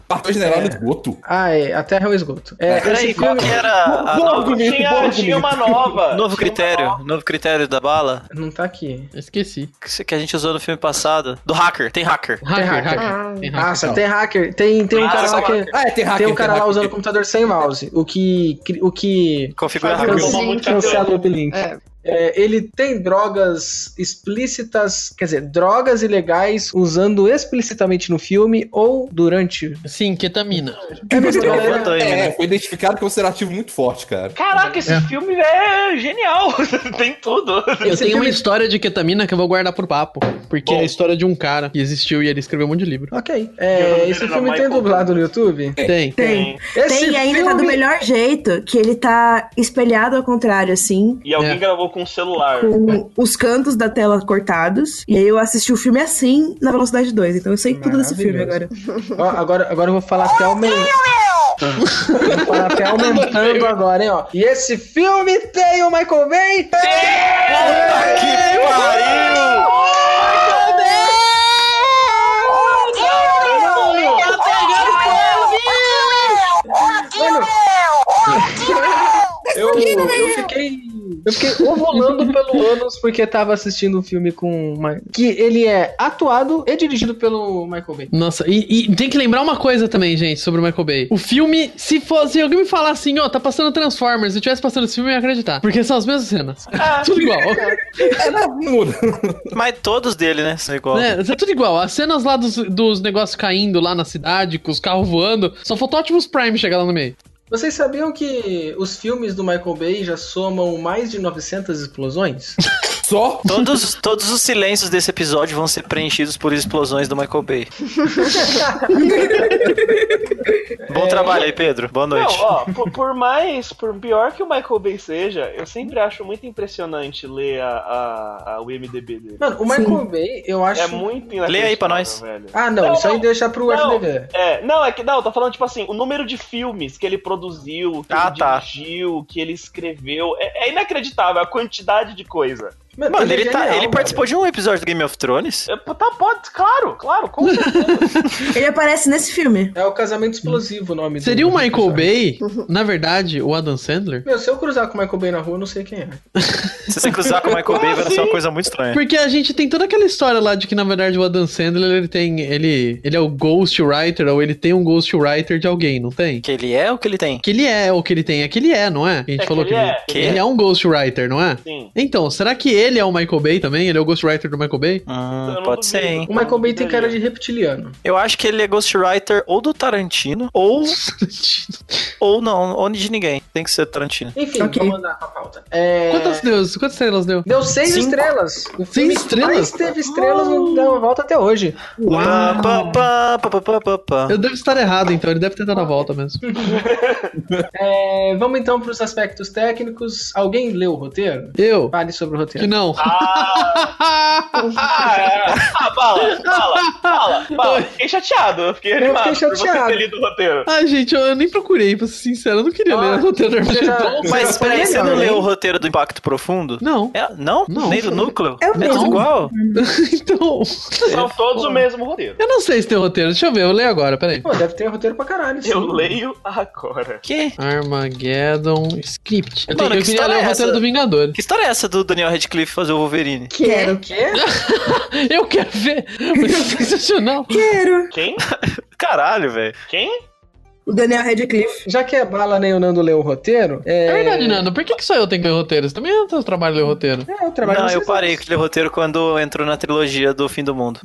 Speaker 7: Quartel general no esgoto.
Speaker 1: Ah, é, a Terra é um esgoto. É,
Speaker 3: Peraí,
Speaker 1: esse
Speaker 3: qual
Speaker 1: filme...
Speaker 3: que era a
Speaker 7: Bom
Speaker 3: nova-
Speaker 7: argumento, bom
Speaker 6: Ah, Tinha, tinha uma
Speaker 7: argumento.
Speaker 6: nova.
Speaker 3: novo
Speaker 6: tinha uma
Speaker 3: critério? Novo critério da bala?
Speaker 1: Não tá aqui.
Speaker 5: Esqueci.
Speaker 3: Que se- que a gente usou no filme passado. Do hacker, tem hacker.
Speaker 5: Hacker,
Speaker 1: Hacker.
Speaker 5: hacker.
Speaker 4: Ah.
Speaker 5: Tem hacker.
Speaker 1: Nossa, tem hacker. Tem, tem um
Speaker 3: Ah,
Speaker 1: cara
Speaker 3: só
Speaker 1: lá que...
Speaker 7: Ah, é, tem hacker.
Speaker 1: Tem um cara lá
Speaker 7: hacker.
Speaker 1: usando o computador sem mouse. O que... O que...
Speaker 3: Configura
Speaker 6: Hacker.
Speaker 3: hacker.
Speaker 6: Sim.
Speaker 1: Cancela- Cancela o uplink.
Speaker 4: É.
Speaker 1: É, ele tem drogas explícitas, quer dizer, drogas ilegais usando explicitamente no filme ou durante.
Speaker 5: Sim, ketamina.
Speaker 7: É, mas
Speaker 1: Tem um
Speaker 7: galera-
Speaker 3: botão aí,
Speaker 7: é,
Speaker 3: né?
Speaker 7: foi identificado que é um sedativo muito forte, cara.
Speaker 6: Caraca, esse filme é genial. Tem tudo.
Speaker 5: Eu
Speaker 1: Esse
Speaker 5: tenho uma
Speaker 1: filme-
Speaker 5: história de ketamina que eu vou guardar por papo. Porque é
Speaker 6: Bom.
Speaker 5: a história de um cara que existiu e ele escreveu um monte de livro.
Speaker 1: Ok.
Speaker 6: E o nome
Speaker 1: É, esse
Speaker 6: dele era
Speaker 1: filme tem
Speaker 6: Michael.
Speaker 1: dublado no YouTube?
Speaker 5: Tem.
Speaker 2: Tem.
Speaker 1: Esse
Speaker 2: Tem, e ainda tá do
Speaker 1: filme-
Speaker 2: melhor jeito, que ele tá espelhado ao contrário, assim,
Speaker 6: E alguém
Speaker 5: É.
Speaker 6: gravou com um celular.
Speaker 2: com os cantos da tela cortados. E aí eu assisti o filme assim, na velocidade 2. Então eu sei tudo desse filme agora.
Speaker 1: Ó, agora, agora eu vou falar até aumentando. vou falar até aumentando agora, hein, ó. E esse filme tem o Michael Bay?
Speaker 3: Puta que pariu!
Speaker 1: Mano,
Speaker 7: Eu, eu fiquei.
Speaker 1: fiquei Eu fiquei ovulando pelo Anos porque tava assistindo um filme com. Uma... Que ele é atuado e dirigido pelo Michael Bay.
Speaker 5: Nossa, e, e tem que lembrar uma coisa também, gente, sobre o Michael Bay. O filme, se fosse se alguém me falar assim, ó, tá passando Transformers, se eu tivesse passando esse filme, eu ia acreditar. Porque são as mesmas cenas.
Speaker 6: Ah,
Speaker 5: tudo igual.
Speaker 7: É, não, não muda.
Speaker 3: Mas todos dele, né? São igual.
Speaker 5: Né? É tudo igual. As cenas lá dos, dos negócios caindo lá na cidade, com os carros voando, só faltou Optimus Prime chegar lá no meio.
Speaker 1: Vocês sabiam que os filmes do Michael Bay já somam mais de 900 explosões?
Speaker 7: Só?
Speaker 3: Todos, todos os silêncios desse episódio vão ser preenchidos por explosões do Michael Bay. Bom trabalho aí, Pedro. Boa
Speaker 6: Não,
Speaker 3: noite.
Speaker 6: ó, por, por mais, por pior que o Michael Bay seja, eu sempre acho muito impressionante ler a, a- a- o IMDB dele.
Speaker 1: Mano, o Michael Bay, eu acho.
Speaker 6: É muito inacreditável,
Speaker 3: Lê aí pra nós.
Speaker 6: velho.
Speaker 1: Ah, não,
Speaker 6: Não,
Speaker 1: isso aí
Speaker 6: não,
Speaker 1: deixa pro
Speaker 6: não.
Speaker 1: FDV.
Speaker 6: É, não, é que não, eu tô falando, tipo assim, o número de filmes que ele produziu, que
Speaker 3: Ah,
Speaker 6: ele
Speaker 3: tá.
Speaker 6: dirigiu, que ele escreveu. É, é inacreditável a quantidade de coisa.
Speaker 3: Mano, ele,
Speaker 1: é
Speaker 3: tá,
Speaker 1: genial,
Speaker 3: ele
Speaker 1: velho.
Speaker 3: participou de um episódio do Game of Thrones?
Speaker 6: É, pô, tá, pode, claro, claro, com certeza.
Speaker 2: Ele aparece nesse filme.
Speaker 1: É o casamento explosivo o nome
Speaker 5: Seria
Speaker 1: do-
Speaker 5: o Michael Bay, na verdade, o Adam Sandler?
Speaker 1: Meu, se eu cruzar com o Michael Bay na rua, eu não sei quem é.
Speaker 3: Se você cruzar com o Michael Bay, vai ser uma coisa muito estranha.
Speaker 5: Porque a gente tem toda aquela história lá de que, na verdade, o Adam Sandler, ele tem. Ele, ele é o ghostwriter, ou ele tem um ghostwriter de alguém, não tem?
Speaker 3: Que ele é o que ele tem?
Speaker 5: Que ele é o que ele tem, é que ele é, não é? A gente
Speaker 6: É que
Speaker 5: falou que,
Speaker 6: ele assim.
Speaker 5: ele,
Speaker 6: é.
Speaker 3: Que
Speaker 5: ele
Speaker 3: é.
Speaker 5: é um ghostwriter, não é?
Speaker 6: Sim.
Speaker 5: Então, será que ele é o Michael Bay também? Ele é o ghostwriter do Michael Bay?
Speaker 3: Hum,
Speaker 6: Eu não duvido.
Speaker 3: pode ser, hein?
Speaker 1: O Michael Bay tem cara de reptiliano.
Speaker 3: Eu acho que ele é ghostwriter ou do Tarantino, ou, ou não, ou de ninguém. Tem que ser Tarantino.
Speaker 1: Enfim,
Speaker 2: Ok.
Speaker 1: vamos andar com a pauta. É...
Speaker 5: Quantas, deus, quantas estrelas deu?
Speaker 1: Deu seis
Speaker 3: Cinco.
Speaker 1: estrelas. O
Speaker 5: Seis
Speaker 1: filme que
Speaker 5: estrelas?
Speaker 1: Mais teve estrelas não deu uma volta até hoje.
Speaker 3: Pá, pá, pá, pá, pá, pá, pá, pá.
Speaker 5: Eu devo estar errado, então. Ele deve ter dado a volta mesmo.
Speaker 1: É, vamos então para os aspectos técnicos. Alguém leu o roteiro?
Speaker 5: Eu?
Speaker 1: Fale sobre o
Speaker 3: Ah,
Speaker 1: roteiro.
Speaker 5: Que não.
Speaker 6: Ah, é. ah, bala, bala, bala, bala. Fiquei chateado, eu fiquei
Speaker 1: Eu
Speaker 6: animado
Speaker 1: fiquei
Speaker 6: por
Speaker 1: chateado.
Speaker 6: você ter lido o roteiro.
Speaker 5: Ai, gente, eu, eu nem procurei, pra ser sincero. Eu não queria
Speaker 1: Ah,
Speaker 5: ler o roteiro do
Speaker 1: você já-
Speaker 5: Armagedon.
Speaker 3: Mas
Speaker 1: Você
Speaker 3: peraí,
Speaker 1: foi
Speaker 3: você não
Speaker 1: legal,
Speaker 3: leu o
Speaker 1: hein?
Speaker 3: roteiro do Impacto Profundo?
Speaker 5: Não.
Speaker 3: É, não?
Speaker 5: Não.
Speaker 3: Nem do núcleo?
Speaker 2: É o
Speaker 3: Não,
Speaker 2: mesmo.
Speaker 3: igual?
Speaker 5: Então,
Speaker 6: São todos o mesmo roteiro.
Speaker 5: eu não sei se tem roteiro. Deixa eu ver, eu leio agora, peraí.
Speaker 1: Pô, deve ter roteiro pra caralho.
Speaker 6: Eu
Speaker 1: sim.
Speaker 6: leio agora.
Speaker 3: Que?
Speaker 5: Armageddon Script. Eu, tenho,
Speaker 3: Mano,
Speaker 5: eu
Speaker 3: que
Speaker 5: queria
Speaker 3: história
Speaker 5: ler
Speaker 3: é
Speaker 5: o roteiro
Speaker 3: essa?
Speaker 5: do Vingador.
Speaker 3: Que história é essa do Daniel Radcliffe fazer o Wolverine?
Speaker 1: Quero que?
Speaker 5: Eu quero ver. Mas é sensacional.
Speaker 2: Quero.
Speaker 6: Quem?
Speaker 3: Caralho, velho.
Speaker 6: Quem?
Speaker 2: O Daniel Radcliffe.
Speaker 1: Já que é bala nem o Nando leu o roteiro. É,
Speaker 5: É verdade, Nando. Por que, que só eu tenho que ler roteiro? Você também é o teu trabalho ler roteiro.
Speaker 1: É, o trabalho
Speaker 3: Não,
Speaker 1: de
Speaker 3: eu
Speaker 1: vocês
Speaker 3: parei
Speaker 1: dois.
Speaker 3: de ler roteiro quando entrou na trilogia do Fim do Mundo.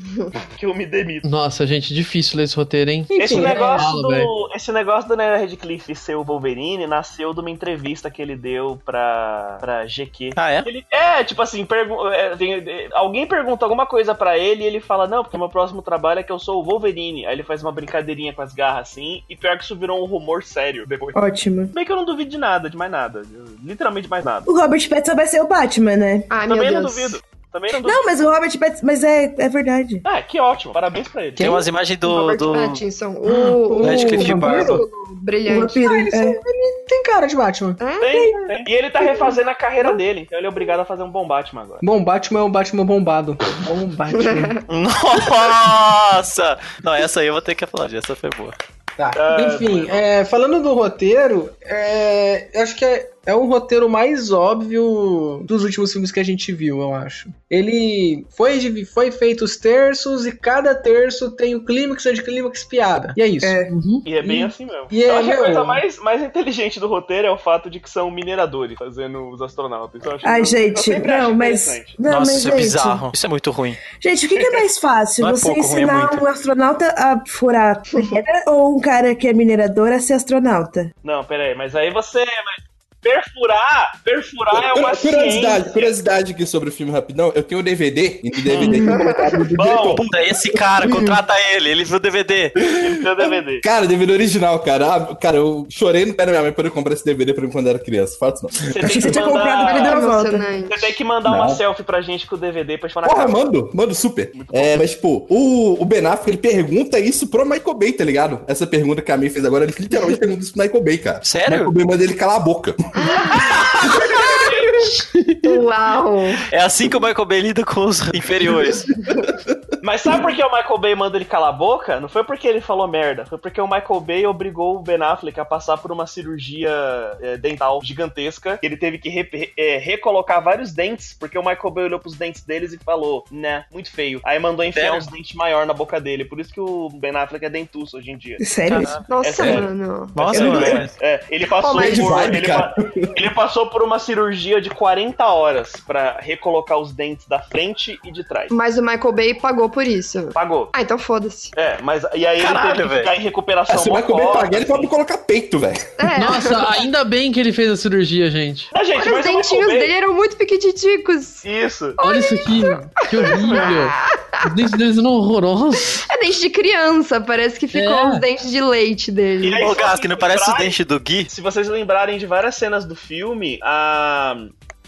Speaker 6: Que eu me demito.
Speaker 5: Nossa, gente, difícil ler esse roteiro, hein?
Speaker 6: Esse é
Speaker 1: Enfim, né?
Speaker 6: negócio,
Speaker 5: fala,
Speaker 6: do, esse negócio do Daniel Radcliffe ser o Wolverine nasceu de uma entrevista que ele deu pra, pra GQ.
Speaker 3: Ah, é?
Speaker 6: Ele, é, tipo assim, pergu- é, tem- é, alguém pergunta alguma coisa pra ele e ele fala: Não, porque meu próximo trabalho é que eu sou o Wolverine. Aí ele faz uma brincadeirinha com as garras assim, e pior que isso virou um rumor sério depois.
Speaker 2: Ótimo.
Speaker 6: Bem que eu não duvido de nada, de mais nada. de- Literalmente mais nada.
Speaker 2: O Robert Pattinson vai ser o Batman, né?
Speaker 4: Ah, meu
Speaker 6: Também não
Speaker 4: Deus.
Speaker 6: duvido. Também não duvido.
Speaker 2: Não, mas o Robert Pattinson... Mas é, é verdade.
Speaker 6: Ah, que ótimo. Parabéns pra ele.
Speaker 3: Tem umas imagens do.
Speaker 4: Robert
Speaker 3: do...
Speaker 4: Pattinson. O, o,
Speaker 3: Radcliffe
Speaker 4: o
Speaker 3: Barba.
Speaker 4: músculo
Speaker 2: O
Speaker 4: Uh, brilhante.
Speaker 2: vampiro.
Speaker 1: Ele,
Speaker 2: é.
Speaker 1: ele tem cara de Batman.
Speaker 6: Tem, tem. E ele tá refazendo a carreira dele, então ele é obrigado a fazer um bom Batman agora.
Speaker 1: Bom, Batman é um Batman bombado. Bom É um Batman.
Speaker 3: Nossa! Não, essa aí eu vou ter que aplaudir. Essa foi boa.
Speaker 1: Tá.
Speaker 6: Ah,
Speaker 1: Enfim, é, falando do roteiro, é, eu acho que é, é o roteiro mais óbvio dos últimos filmes que a gente viu, eu acho. Ele foi, de- foi feito os terços e cada terço tem o clímax, anticlímax, piada. E é isso.
Speaker 2: É.
Speaker 6: E é bem
Speaker 1: E-
Speaker 6: assim mesmo.
Speaker 1: e
Speaker 6: eu
Speaker 1: é,
Speaker 6: acho que a
Speaker 1: meu-
Speaker 6: coisa mais, mais inteligente do roteiro é o fato de que são mineradores fazendo os astronautas. Então, eu acho-
Speaker 2: Ai,
Speaker 6: eu
Speaker 2: gente,
Speaker 6: sempre
Speaker 2: não,
Speaker 6: acho
Speaker 2: mas...
Speaker 6: interessante.
Speaker 2: Não,
Speaker 3: Nossa,
Speaker 2: mas,
Speaker 3: isso é
Speaker 2: gente,
Speaker 3: bizarro. Isso é muito ruim.
Speaker 2: Gente, o que, que é mais fácil?
Speaker 3: Não é
Speaker 2: Você
Speaker 3: pouco, ruim é
Speaker 2: ensinar
Speaker 3: muito.
Speaker 2: um astronauta a furar terra ou um cara que é minerador a ser astronauta?
Speaker 6: Não, pera aí, mas aí você. mas Perfurar! Perfurar é uma
Speaker 7: Cur- Curiosidade,
Speaker 6: ciência.
Speaker 7: curiosidade aqui sobre o filme rapidão. Eu tenho um o DVD, e no DVD
Speaker 4: Hum.
Speaker 7: tem um comentário do
Speaker 6: Bom,
Speaker 3: Puta, esse cara, contrata ele. Ele viu o DVD.
Speaker 6: seu DVD.
Speaker 7: Cara, DVD original, cara. Ah, cara, eu chorei no pé da minha mãe pra eu comprar esse DVD pra mim quando era criança. Fato não.
Speaker 6: Você
Speaker 2: Achei que você
Speaker 6: tem que
Speaker 2: tinha comprado pra ele
Speaker 6: mandar,
Speaker 2: dar uma volta.
Speaker 4: Emocionante.
Speaker 6: você tem que mandar uma
Speaker 7: Não.
Speaker 6: selfie pra gente com o DVD pra gente falar
Speaker 7: Porra,
Speaker 6: cara.
Speaker 7: mando, mando super. É, mas, tipo, o, o Ben Affleck, ele pergunta isso pro Michael Bay, tá ligado? Essa pergunta que a May fez agora, ele literalmente pergunta isso pro Michael Bay, cara.
Speaker 3: Sério?
Speaker 7: O Michael Bay manda ele calar a boca.
Speaker 4: Uau!
Speaker 3: É assim que o Michael Bay lida com os inferiores.
Speaker 6: Mas sabe por que o Michael Bay manda ele calar a boca? Não foi porque ele falou merda, foi porque o Michael Bay obrigou o Ben Affleck a passar por uma cirurgia é, dental gigantesca. Ele teve que re- é, recolocar vários dentes, porque o Michael Bay olhou pros dentes deles e falou, né, muito feio. Aí mandou enfiar
Speaker 3: Sério?
Speaker 6: uns dentes maior na boca dele. Por isso que o Ben Affleck é dentuço hoje em dia.
Speaker 2: Sério? isso?
Speaker 4: Nossa,
Speaker 6: É sério.
Speaker 4: mano.
Speaker 3: Nossa,
Speaker 6: É,
Speaker 3: mano.
Speaker 6: é, é, ele passou
Speaker 4: Pô, mas
Speaker 6: por,
Speaker 7: Tá vibe,
Speaker 6: ele,
Speaker 7: cara.
Speaker 6: pa- ele passou por uma cirurgia de 40 horas pra recolocar os dentes da frente e de trás.
Speaker 4: Mas o Michael Bay pagou por isso.
Speaker 6: Pagou.
Speaker 4: Ah, então foda-se.
Speaker 6: É, mas e aí
Speaker 3: Caralho,
Speaker 6: ele teve que
Speaker 3: velho.
Speaker 6: ficar em recuperação
Speaker 7: Ah, se o Michael Bay
Speaker 6: motora,
Speaker 7: pagar, ele
Speaker 6: assim.
Speaker 7: pode colocar peito, velho.
Speaker 4: É.
Speaker 5: Nossa, ainda bem que ele fez a cirurgia, gente.
Speaker 6: Ah, gente,
Speaker 4: Olha, os
Speaker 6: mas eu
Speaker 4: dentinhos
Speaker 6: acabei-
Speaker 4: dele eram muito pequititicos.
Speaker 6: Isso.
Speaker 5: Olha isso aqui, que horrível. é Os dentes deles são horrorosos.
Speaker 4: É dente de criança, parece que ficou
Speaker 5: É.
Speaker 4: os dentes de leite dele.
Speaker 6: E aí,
Speaker 3: Ô,
Speaker 6: se
Speaker 3: Gasque, não
Speaker 6: vocês
Speaker 3: parece os
Speaker 6: lembrarem-
Speaker 3: dentes do Gui?
Speaker 6: Se vocês lembrarem de várias cenas do filme, a.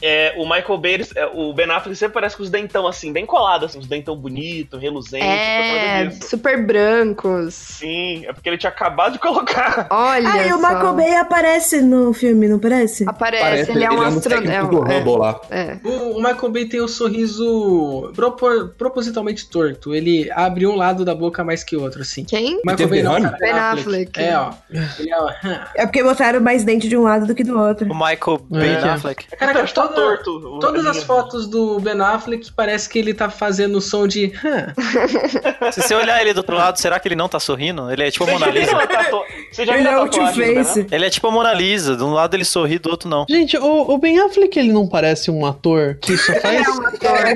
Speaker 6: É, o Michael Bay, eles- é, o Ben Affleck sempre parece com os dentão assim, bem colados, assim, os dentão bonito, reluzente, por
Speaker 4: É,
Speaker 6: causa disso.
Speaker 4: super brancos.
Speaker 6: Sim, é porque ele tinha acabado de colocar.
Speaker 4: Olha
Speaker 2: Ah, e o
Speaker 4: só.
Speaker 2: Michael Bay aparece no filme, não parece?
Speaker 4: Aparece, ele é um
Speaker 7: técnico do
Speaker 4: astronauta. É,
Speaker 7: Rumble lá.
Speaker 4: é.
Speaker 1: O, o Michael Bay tem o sorriso propor- propositalmente torto. Ele abre um lado da boca mais que o outro, assim.
Speaker 4: Quem?
Speaker 1: Michael Bay não, cara,
Speaker 4: Ben Affleck.
Speaker 1: É, ó. Ele é, ó.
Speaker 2: É porque botaram mais dente de um lado do que do outro.
Speaker 3: O Michael Bay né?
Speaker 5: É.
Speaker 3: Affleck.
Speaker 1: Caraca,
Speaker 6: tá
Speaker 1: toda-
Speaker 6: torto.
Speaker 1: todas as
Speaker 6: Minha-
Speaker 1: fotos do Ben Affleck parece que ele tá fazendo o som de... "Hã".
Speaker 3: Se você olhar ele do outro lado, será que ele não tá sorrindo? Ele é tipo a
Speaker 6: Você já
Speaker 3: Mona
Speaker 6: viu
Speaker 3: Lisa.
Speaker 6: a tatua- Você já
Speaker 2: Ele
Speaker 6: viu
Speaker 2: é
Speaker 3: tá
Speaker 6: a
Speaker 2: o
Speaker 6: tatuagem do Ben Affleck?
Speaker 2: Two-Face.
Speaker 3: Ele é tipo a Mona Lisa. De um lado ele sorri, do outro não.
Speaker 5: Gente, o, o Ben Affleck, ele não parece um é ator que só faz... Não,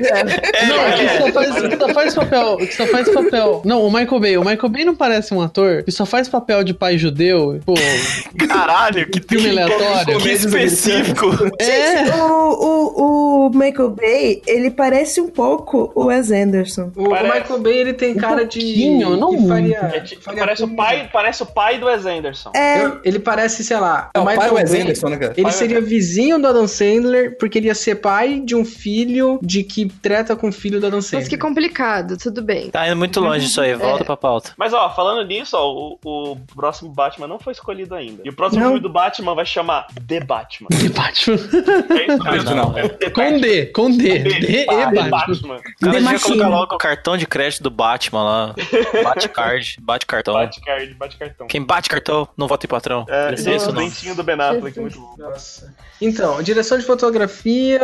Speaker 5: que só faz, que só faz papel, que só faz papel. Não, o Michael Bay, o Michael Bay não parece um ator que só faz papel de pai judeu, pô,
Speaker 3: Caralho, que
Speaker 5: filme aleatório.
Speaker 3: Que específico.
Speaker 5: É,
Speaker 2: O, o, o Michael Bay, ele parece um pouco o Wes Anderson.
Speaker 1: O, o
Speaker 6: Parece.
Speaker 1: Michael Bay, ele
Speaker 7: Um
Speaker 1: tem cara de...
Speaker 5: pouquinho, não
Speaker 1: que faria-
Speaker 6: É tipo-
Speaker 1: faria
Speaker 6: parece, o
Speaker 1: tudo.
Speaker 6: pai, parece o pai do Wes Anderson.
Speaker 2: É,
Speaker 1: Eu- ele parece, sei lá...
Speaker 7: É o pai
Speaker 1: Michael
Speaker 7: do Wes
Speaker 1: Bay,
Speaker 7: Anderson, né, cara?
Speaker 1: Ele
Speaker 6: Pai- é
Speaker 1: seria vizinho do Adam Sandler, porque ele ia ser pai de um filho de que treta com o filho do Adam
Speaker 4: Mas que
Speaker 1: Sandler.
Speaker 4: complicado, tudo bem.
Speaker 3: Tá indo muito longe isso aí. Volta pra pauta.
Speaker 6: Mas ó, falando nisso, ó, o, o próximo Batman não foi escolhido ainda. E o próximo
Speaker 2: Não.
Speaker 6: filme do Batman vai chamar The Batman.
Speaker 5: de Batman.
Speaker 6: É isso mesmo.
Speaker 7: Não, não.
Speaker 6: É The
Speaker 5: Com
Speaker 6: Batman.
Speaker 5: D, com D.
Speaker 6: The
Speaker 5: D e Batman.
Speaker 6: Batman. Então.
Speaker 3: O cara
Speaker 2: The
Speaker 3: devia
Speaker 2: Machine.
Speaker 3: colocar logo o cartão de crédito do Batman lá. Bate card, bate cartão.
Speaker 6: Bate card, bate cartão.
Speaker 3: Quem bate cartão, não vota em patrão.
Speaker 6: É,
Speaker 3: Deve ser isso
Speaker 6: o
Speaker 3: ou não?
Speaker 6: dentinho do Ben Affleck, muito bom.
Speaker 1: Nossa. Então, direção de fotografia.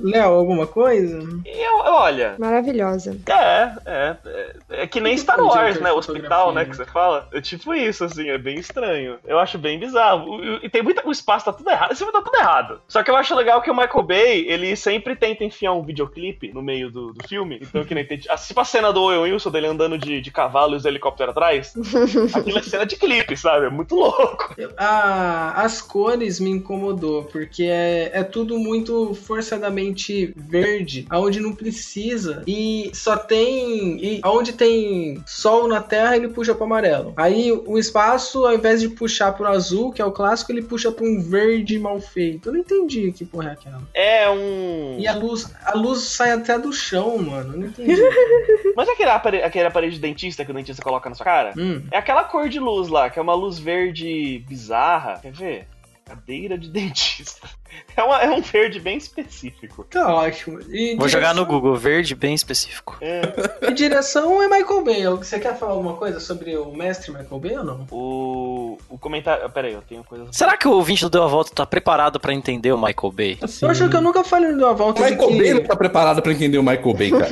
Speaker 1: Léo, alguma coisa?
Speaker 6: E eu, eu- olha,
Speaker 4: Maravilhosa.
Speaker 6: é, é, é, é que nem
Speaker 1: que
Speaker 6: Star
Speaker 1: foi,
Speaker 6: Wars,
Speaker 1: gente,
Speaker 6: né? O
Speaker 1: fotografia,
Speaker 6: hospital, né,
Speaker 1: né?
Speaker 6: que você fala. É tipo isso, assim, é bem estranho. Eu acho bem bizarro. O- o- E tem muita. O espaço tá tudo errado. Esse filme tá tudo errado. Só que eu acho legal que o Michael Bay, ele sempre tenta enfiar um videoclipe no meio do, do filme. Então, que nem tem. Tipo a cena do Owen Wilson dele andando de, de cavalo e os helicópteros atrás. Aquilo é cena de clipe, sabe? É muito louco.
Speaker 1: Ah, as cores me incomodou, porque é, é tudo muito forçadamente verde, aonde não precisa. E só tem. E aonde tem sol na terra, ele puxa pro amarelo. Aí o espaço, ao invés de puxar pro azul, que é o clássico, ele puxa pra um verde mal feito. Eu não entendi que porra é aquela.
Speaker 6: É um.
Speaker 1: E a luz, a luz sai até do chão, mano. Eu não entendi.
Speaker 6: Mas é aquele aparelho, aquele aparelho de dentista que o dentista coloca na sua cara?
Speaker 1: hum.
Speaker 6: É aquela cor de luz lá, que é uma luz verde bizarra. Quer ver? Cadeira de dentista. É, uma- é um verde bem específico.
Speaker 1: Tá ótimo. E
Speaker 3: Vou
Speaker 1: direção-
Speaker 3: jogar no Google, verde bem específico.
Speaker 6: É.
Speaker 1: E direção é Michael Bay. Você quer falar alguma coisa sobre o mestre Michael Bay ou não?
Speaker 6: O, o comentário. Pera aí, eu tenho coisas.
Speaker 3: Será que o ouvinte do Deu a Volta tá preparado pra entender o Michael Bay?
Speaker 1: Eu acho que eu nunca falei no Deu a
Speaker 7: O
Speaker 1: Volta de
Speaker 7: Michael
Speaker 1: que...
Speaker 7: Bay não tá preparado pra entender o Michael Bay, cara.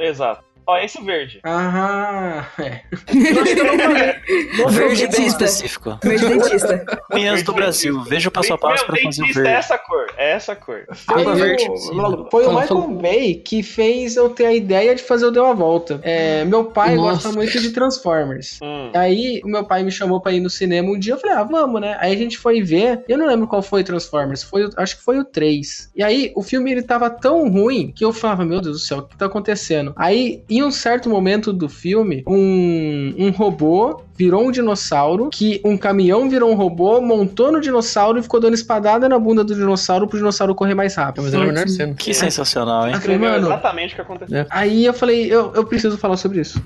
Speaker 6: Exato. Ó, esse verde.
Speaker 1: Ah, é.
Speaker 3: Verde bem
Speaker 2: dentista.
Speaker 3: específico.
Speaker 2: Verde dentista.
Speaker 3: Cunhas do Brasil, veja o passo a passo
Speaker 6: Meu
Speaker 3: pra fazer o
Speaker 6: dentista é
Speaker 3: verde.
Speaker 6: essa cor. É essa cor.
Speaker 1: Foi
Speaker 3: Água
Speaker 1: o-
Speaker 3: verde.
Speaker 1: Foi o
Speaker 5: Fala,
Speaker 1: Michael
Speaker 5: fala.
Speaker 1: Bay que fez eu ter a ideia de fazer o Deu a Volta. É, meu pai gosta
Speaker 5: Nossa.
Speaker 1: muito de Transformers.
Speaker 6: Hum.
Speaker 1: Aí o meu pai me chamou pra ir no cinema um dia, eu falei, ah, vamos, né? Aí a gente foi ver, eu não lembro qual foi Transformers, foi, o- acho que foi o 3. E aí o filme ele tava tão ruim que eu falava, meu Deus do céu, o que tá acontecendo? Aí em um certo momento do filme, um, um robô virou um dinossauro, que um caminhão virou um robô, montou no dinossauro e ficou dando espadada na bunda do dinossauro pro dinossauro correr mais rápido.
Speaker 5: Mas era a menor cena.
Speaker 3: Que sensacional, hein?
Speaker 6: Escreveu
Speaker 1: mano.
Speaker 6: exatamente o que aconteceu.
Speaker 5: É.
Speaker 1: Aí eu falei, eu, eu preciso falar sobre isso.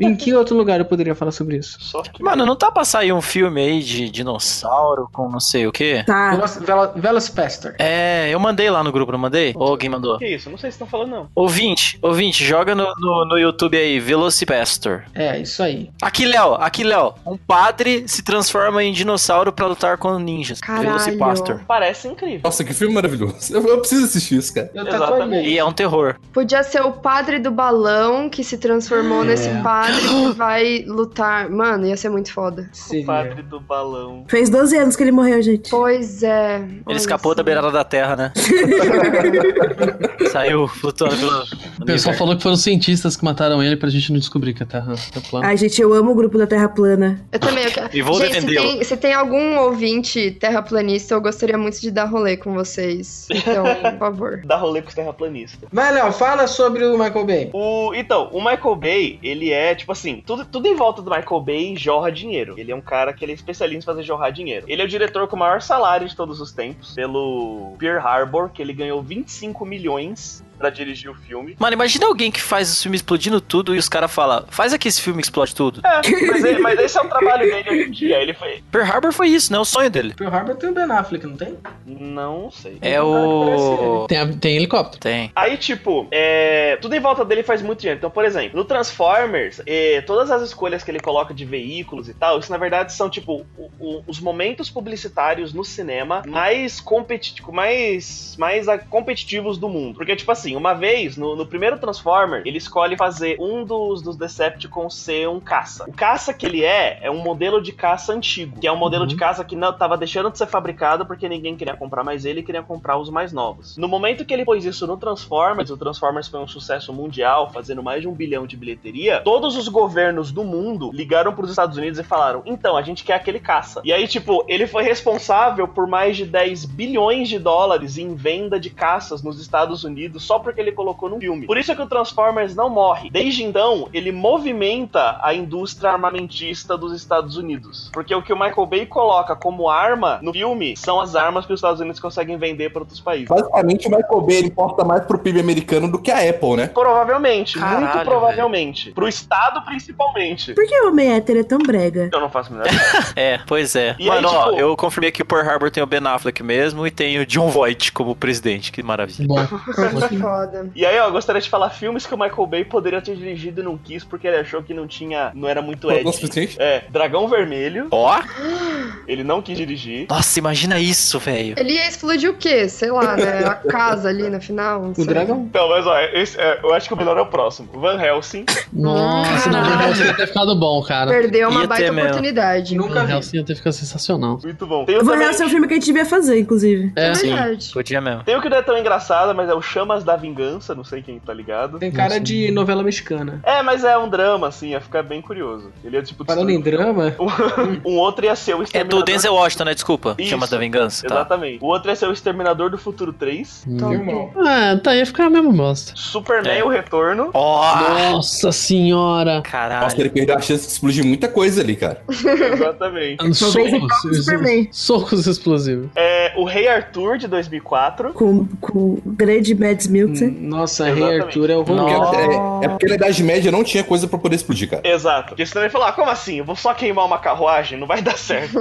Speaker 1: em que outro lugar eu poderia falar sobre isso?
Speaker 6: Só que.
Speaker 3: Mano, não tá pra sair um filme aí de dinossauro com não sei o quê?
Speaker 2: Tá.
Speaker 1: Velas- Vela- Velospester.
Speaker 3: É, eu mandei lá no grupo, não mandei? Ou alguém mandou?
Speaker 6: Que isso? Não sei se estão falando, não.
Speaker 3: Ouvinte, ouvinte, joga no, no, no YouTube aí, Velocipastor.
Speaker 1: É, isso aí.
Speaker 3: Aqui, Léo, aqui, Léo. Um padre se transforma em dinossauro pra lutar com ninjas.
Speaker 4: Caralho.
Speaker 3: Velocipastor.
Speaker 6: Parece incrível.
Speaker 7: Nossa, que filme maravilhoso. Eu, eu preciso assistir isso, cara.
Speaker 1: Eu
Speaker 6: Exatamente.
Speaker 1: tatuaria.
Speaker 3: E é um terror.
Speaker 4: Podia ser o padre do balão que se
Speaker 3: É.
Speaker 4: transformou nesse padre que vai lutar. Mano, ia ser muito foda.
Speaker 6: O
Speaker 1: Seria.
Speaker 6: padre do balão.
Speaker 2: Fez 12 anos que ele morreu, gente.
Speaker 4: Pois é.
Speaker 3: Ele escapou da beirada da terra, né? Saiu flutuando pelo.
Speaker 5: O pessoal falou que foram os cientistas que mataram ele pra gente não descobrir que a Terra tá plana.
Speaker 2: Ai, gente, eu amo o grupo da Terra Plana.
Speaker 4: Eu também. Eu... quero-
Speaker 3: E vou
Speaker 4: Gente, se
Speaker 3: defendê-lo.
Speaker 4: tem, se tem algum ouvinte terraplanista, eu gostaria muito de dar rolê com vocês. Então, por favor.
Speaker 6: Dá rolê com os terraplanistas.
Speaker 1: Vai, Léo, fala sobre o Michael Bay.
Speaker 6: O, então, o Michael Bay, ele é, tipo assim, tudo, tudo em volta do Michael Bay jorra dinheiro. Ele é um cara que ele é especialista em fazer jorrar dinheiro. Ele é o diretor com o maior salário de todos os tempos, pelo Pearl Harbor, que ele ganhou 25 milhões pra dirigir o filme.
Speaker 3: Mano, imagina alguém que faz os filmes explodindo tudo e os caras falam, faz aqui esse filme que explode tudo.
Speaker 6: É, mas, ele- mas esse é o trabalho dele hoje em dia. Ele foi.
Speaker 3: Pearl Harbor foi isso, né? O sonho dele.
Speaker 1: Pearl Harbor tem o Ben Affleck, não tem?
Speaker 6: Não sei.
Speaker 3: É o.
Speaker 5: Tem, a- tem helicóptero.
Speaker 3: Tem.
Speaker 6: Aí, tipo, é, tudo em volta dele faz muito dinheiro. Então, por exemplo, no Transformers, é, todas as escolhas que ele coloca de veículos e tal, isso na verdade são, tipo, o- o- os momentos publicitários no cinema mais, competi tipo, mais, mais ah, competitivos do mundo. Porque, tipo assim, uma vez, no, no primeiro Transformer, ele escolhe fazer um dos, dos Decepticons ser um caça. O caça que ele é, é um modelo de caça antigo, que é um modelo de caça que não tava deixando de ser fabricado porque ninguém queria comprar mais ele e queria comprar os mais novos. No momento que ele pôs isso no Transformers, o Transformers foi um sucesso mundial, fazendo mais de um bilhão de bilheteria, todos os governos do mundo ligaram pros Estados Unidos e falaram: então, a gente quer aquele caça. E aí, tipo, ele foi responsável por mais de 10 bilhões de dólares em venda de caças nos Estados Unidos só porque ele colocou num filme. Por isso é que o Transformers não morre. Desde então, ele movimenta a indústria armamentista dos Estados Unidos. Porque o que o Michael Bay coloca como arma no filme são as armas que os Estados Unidos conseguem vender para outros países.
Speaker 7: Basicamente, o Michael Bay ele importa mais pro PIB americano do que a Apple, né?
Speaker 6: Provavelmente,
Speaker 3: Caralho,
Speaker 6: muito
Speaker 3: velho.
Speaker 6: provavelmente. Pro Estado, principalmente.
Speaker 2: Por que o homem hétero é tão brega?
Speaker 6: Eu não faço a menor
Speaker 3: É, pois é.
Speaker 6: E
Speaker 3: Mano,
Speaker 6: aí,
Speaker 3: ó,
Speaker 6: tipo-
Speaker 3: eu confirmei que o Pearl Harbor tem o Ben Affleck mesmo e tem o John Voight como presidente. Que maravilha.
Speaker 5: Bom,
Speaker 2: assim?
Speaker 4: Foda.
Speaker 6: E aí, ó, eu gostaria de falar filmes que o Michael Bay poderia ter dirigido e não quis porque ele achou que não tinha, não era muito
Speaker 7: Não é o
Speaker 6: ético.
Speaker 7: suficiente?
Speaker 6: É, Dragão Vermelho,
Speaker 3: Ó!
Speaker 6: ele não quis dirigir.
Speaker 3: Nossa, imagina isso, velho.
Speaker 4: Ele ia explodir o quê? Sei lá, né? A casa ali na final. não
Speaker 1: O
Speaker 4: sei.
Speaker 1: dragão.
Speaker 6: Então, mas ó, esse, é, eu acho que o melhor é o próximo. Van Helsing.
Speaker 5: nossa, não,
Speaker 4: Caralho.
Speaker 5: Van Helsing ia ter ficado bom, cara.
Speaker 4: Perdeu uma
Speaker 3: Ia
Speaker 4: baita
Speaker 3: ter mesmo.
Speaker 4: oportunidade.
Speaker 5: Van Helsing ia ter ficado sensacional.
Speaker 6: Muito bom. Tem o,
Speaker 2: Van
Speaker 6: também-
Speaker 2: Helsing é um filme que a gente devia fazer, inclusive.
Speaker 4: É
Speaker 5: É, sim.
Speaker 4: verdade.
Speaker 3: Podia mesmo.
Speaker 6: tem o que não é tão engraçado, mas é o Chamas da Vingança, não sei quem tá ligado.
Speaker 1: Tem cara
Speaker 5: Nossa.
Speaker 1: de novela mexicana.
Speaker 6: É, mas é um drama, assim, ia ficar bem curioso. Ele é tipo.
Speaker 1: Falando em drama,
Speaker 6: Um outro ia ser o
Speaker 3: É do
Speaker 6: Exterminador.
Speaker 3: Denzel Washington, né? Desculpa.
Speaker 6: Isso.
Speaker 3: Chamas da Vingança. Tá.
Speaker 6: Exatamente. O outro ia ser o Exterminador do Futuro 3.
Speaker 1: irmão.
Speaker 5: Ah, tá, ia ficar a mesma bosta.
Speaker 6: Superman
Speaker 3: É.
Speaker 6: o Retorno.
Speaker 3: Ó!
Speaker 7: Ah.
Speaker 5: Nossa senhora!
Speaker 7: Nossa,
Speaker 3: Caralho.
Speaker 7: ele perdeu a chance de explodir muita coisa ali, cara.
Speaker 6: Exatamente.
Speaker 5: Socos,
Speaker 2: Superman.
Speaker 5: socos explosivos.
Speaker 6: É, o Rei Arthur de 2004.
Speaker 2: Com, com o grande Mads Mikkelsen.
Speaker 1: Nossa, Rei
Speaker 6: Exatamente.
Speaker 1: Arthur é o
Speaker 7: Porque
Speaker 1: Romeu.
Speaker 7: é, é porque na Idade Média não tinha coisa pra poder explodir, cara.
Speaker 6: Exato. Porque senão ele falou, ah, como assim? Eu vou só queimar uma carruagem? Não vai dar certo.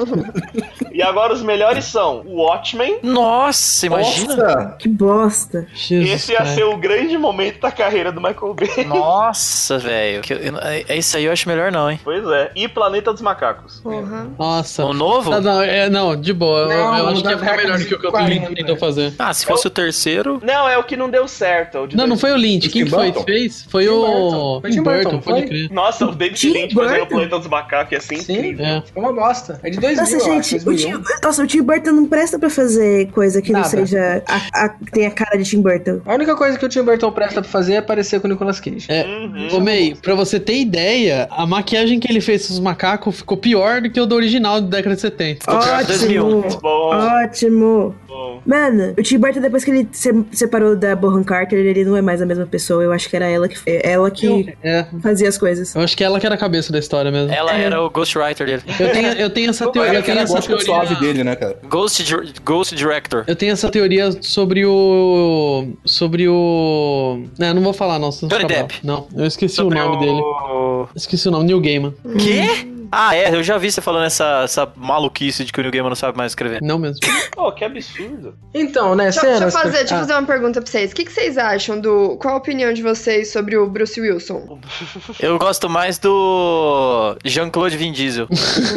Speaker 6: e agora os melhores são o Watchmen.
Speaker 3: Nossa, imagina.
Speaker 7: Nossa!
Speaker 2: Que bosta.
Speaker 5: Jesus,
Speaker 6: Esse ia
Speaker 5: cara.
Speaker 6: ser o grande momento da carreira do Michael Bay.
Speaker 3: Nossa, velho. Que eu- eu- é- é Isso aí eu acho melhor não, hein?
Speaker 6: Pois é. E Planeta dos Macacos.
Speaker 4: Porra.
Speaker 2: É
Speaker 5: Nossa.
Speaker 3: O novo?
Speaker 5: Não, não, é, não, de boa. eu-
Speaker 1: Não,
Speaker 5: eu acho
Speaker 1: da
Speaker 5: que ia ficar
Speaker 1: década
Speaker 5: melhor
Speaker 1: de
Speaker 5: do que o que o
Speaker 1: 40,
Speaker 5: Lynch tentou
Speaker 1: velho.
Speaker 5: fazer.
Speaker 3: Ah, se fosse o terceiro.
Speaker 6: Não, é o que não deu certo. é o de
Speaker 5: Não, não
Speaker 6: dois-
Speaker 5: foi o Lynch.
Speaker 7: Tim
Speaker 5: Quem que foi
Speaker 7: Burton?
Speaker 5: que fez? Foi
Speaker 1: Tim
Speaker 5: o
Speaker 1: Burton. Foi Tim
Speaker 5: Tim
Speaker 1: Burton,
Speaker 5: Burton, pode
Speaker 1: foi?
Speaker 5: crer.
Speaker 6: Nossa, o David
Speaker 2: Tim
Speaker 6: Lynch fazendo o
Speaker 2: Burton?
Speaker 6: Planeta dos Macacos, assim.
Speaker 1: Sim. É
Speaker 5: É.
Speaker 1: uma bosta. É de 2000,
Speaker 2: Nossa,
Speaker 1: eu acho,
Speaker 2: gente, o
Speaker 1: 2001.
Speaker 2: Tim, nossa, o Tim Burton não presta pra fazer coisa que não
Speaker 1: Nada.
Speaker 2: seja. A, a, que tenha a cara de Tim Burton.
Speaker 1: A única coisa que o Tim Burton presta pra fazer é aparecer com o Nicolas Cage.
Speaker 5: É.
Speaker 1: hum.
Speaker 5: Ô,
Speaker 6: Uhum.
Speaker 5: May, pra você ter ideia, a maquiagem que ele fez com os macacos ficou pior do que o do original da década de 70.
Speaker 3: Ficou pior que 2001.
Speaker 2: Ótimo!
Speaker 6: Bom,
Speaker 2: Ótimo!
Speaker 6: bom. Não.
Speaker 2: Mano, o Tim Burton, depois que ele se separou da Bohan Carter, ele não é mais a mesma pessoa. Eu acho que era ela que, é ela que
Speaker 5: É,
Speaker 2: fazia as coisas.
Speaker 5: eu acho que é ela que era a cabeça da história mesmo.
Speaker 3: Ela era o ghostwriter dele.
Speaker 5: Eu tenho, eu tenho essa teoria.
Speaker 7: Era
Speaker 5: Eu
Speaker 7: é que
Speaker 5: tenho
Speaker 7: era
Speaker 5: essa
Speaker 7: gosto suave
Speaker 5: teoria,
Speaker 7: dele, né, cara?
Speaker 3: Ghost, dir- ghost director.
Speaker 5: eu tenho essa teoria sobre o. Sobre o. É, não vou falar, não. senão
Speaker 3: Johnny
Speaker 5: fica bravo.
Speaker 3: Depp.
Speaker 5: Não, eu esqueci
Speaker 6: Sobre
Speaker 5: É o nome dele.
Speaker 6: o-
Speaker 5: Esqueci o nome, New Gaiman.
Speaker 3: Quê? Ah, é, eu já vi você falando essa, essa maluquice de que o New Gamer não sabe mais escrever.
Speaker 5: Não mesmo.
Speaker 6: Pô, que absurdo.
Speaker 1: Então, né,
Speaker 4: Deixa, deixa eu
Speaker 1: cenas...
Speaker 4: fazer, deixa eu
Speaker 1: Ah,
Speaker 4: fazer uma pergunta pra vocês. O que, que vocês acham do. Qual a opinião de vocês sobre o Bruce Wilson?
Speaker 3: Eu gosto mais do Jean-Claude Vin Diesel.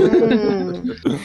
Speaker 4: Hum,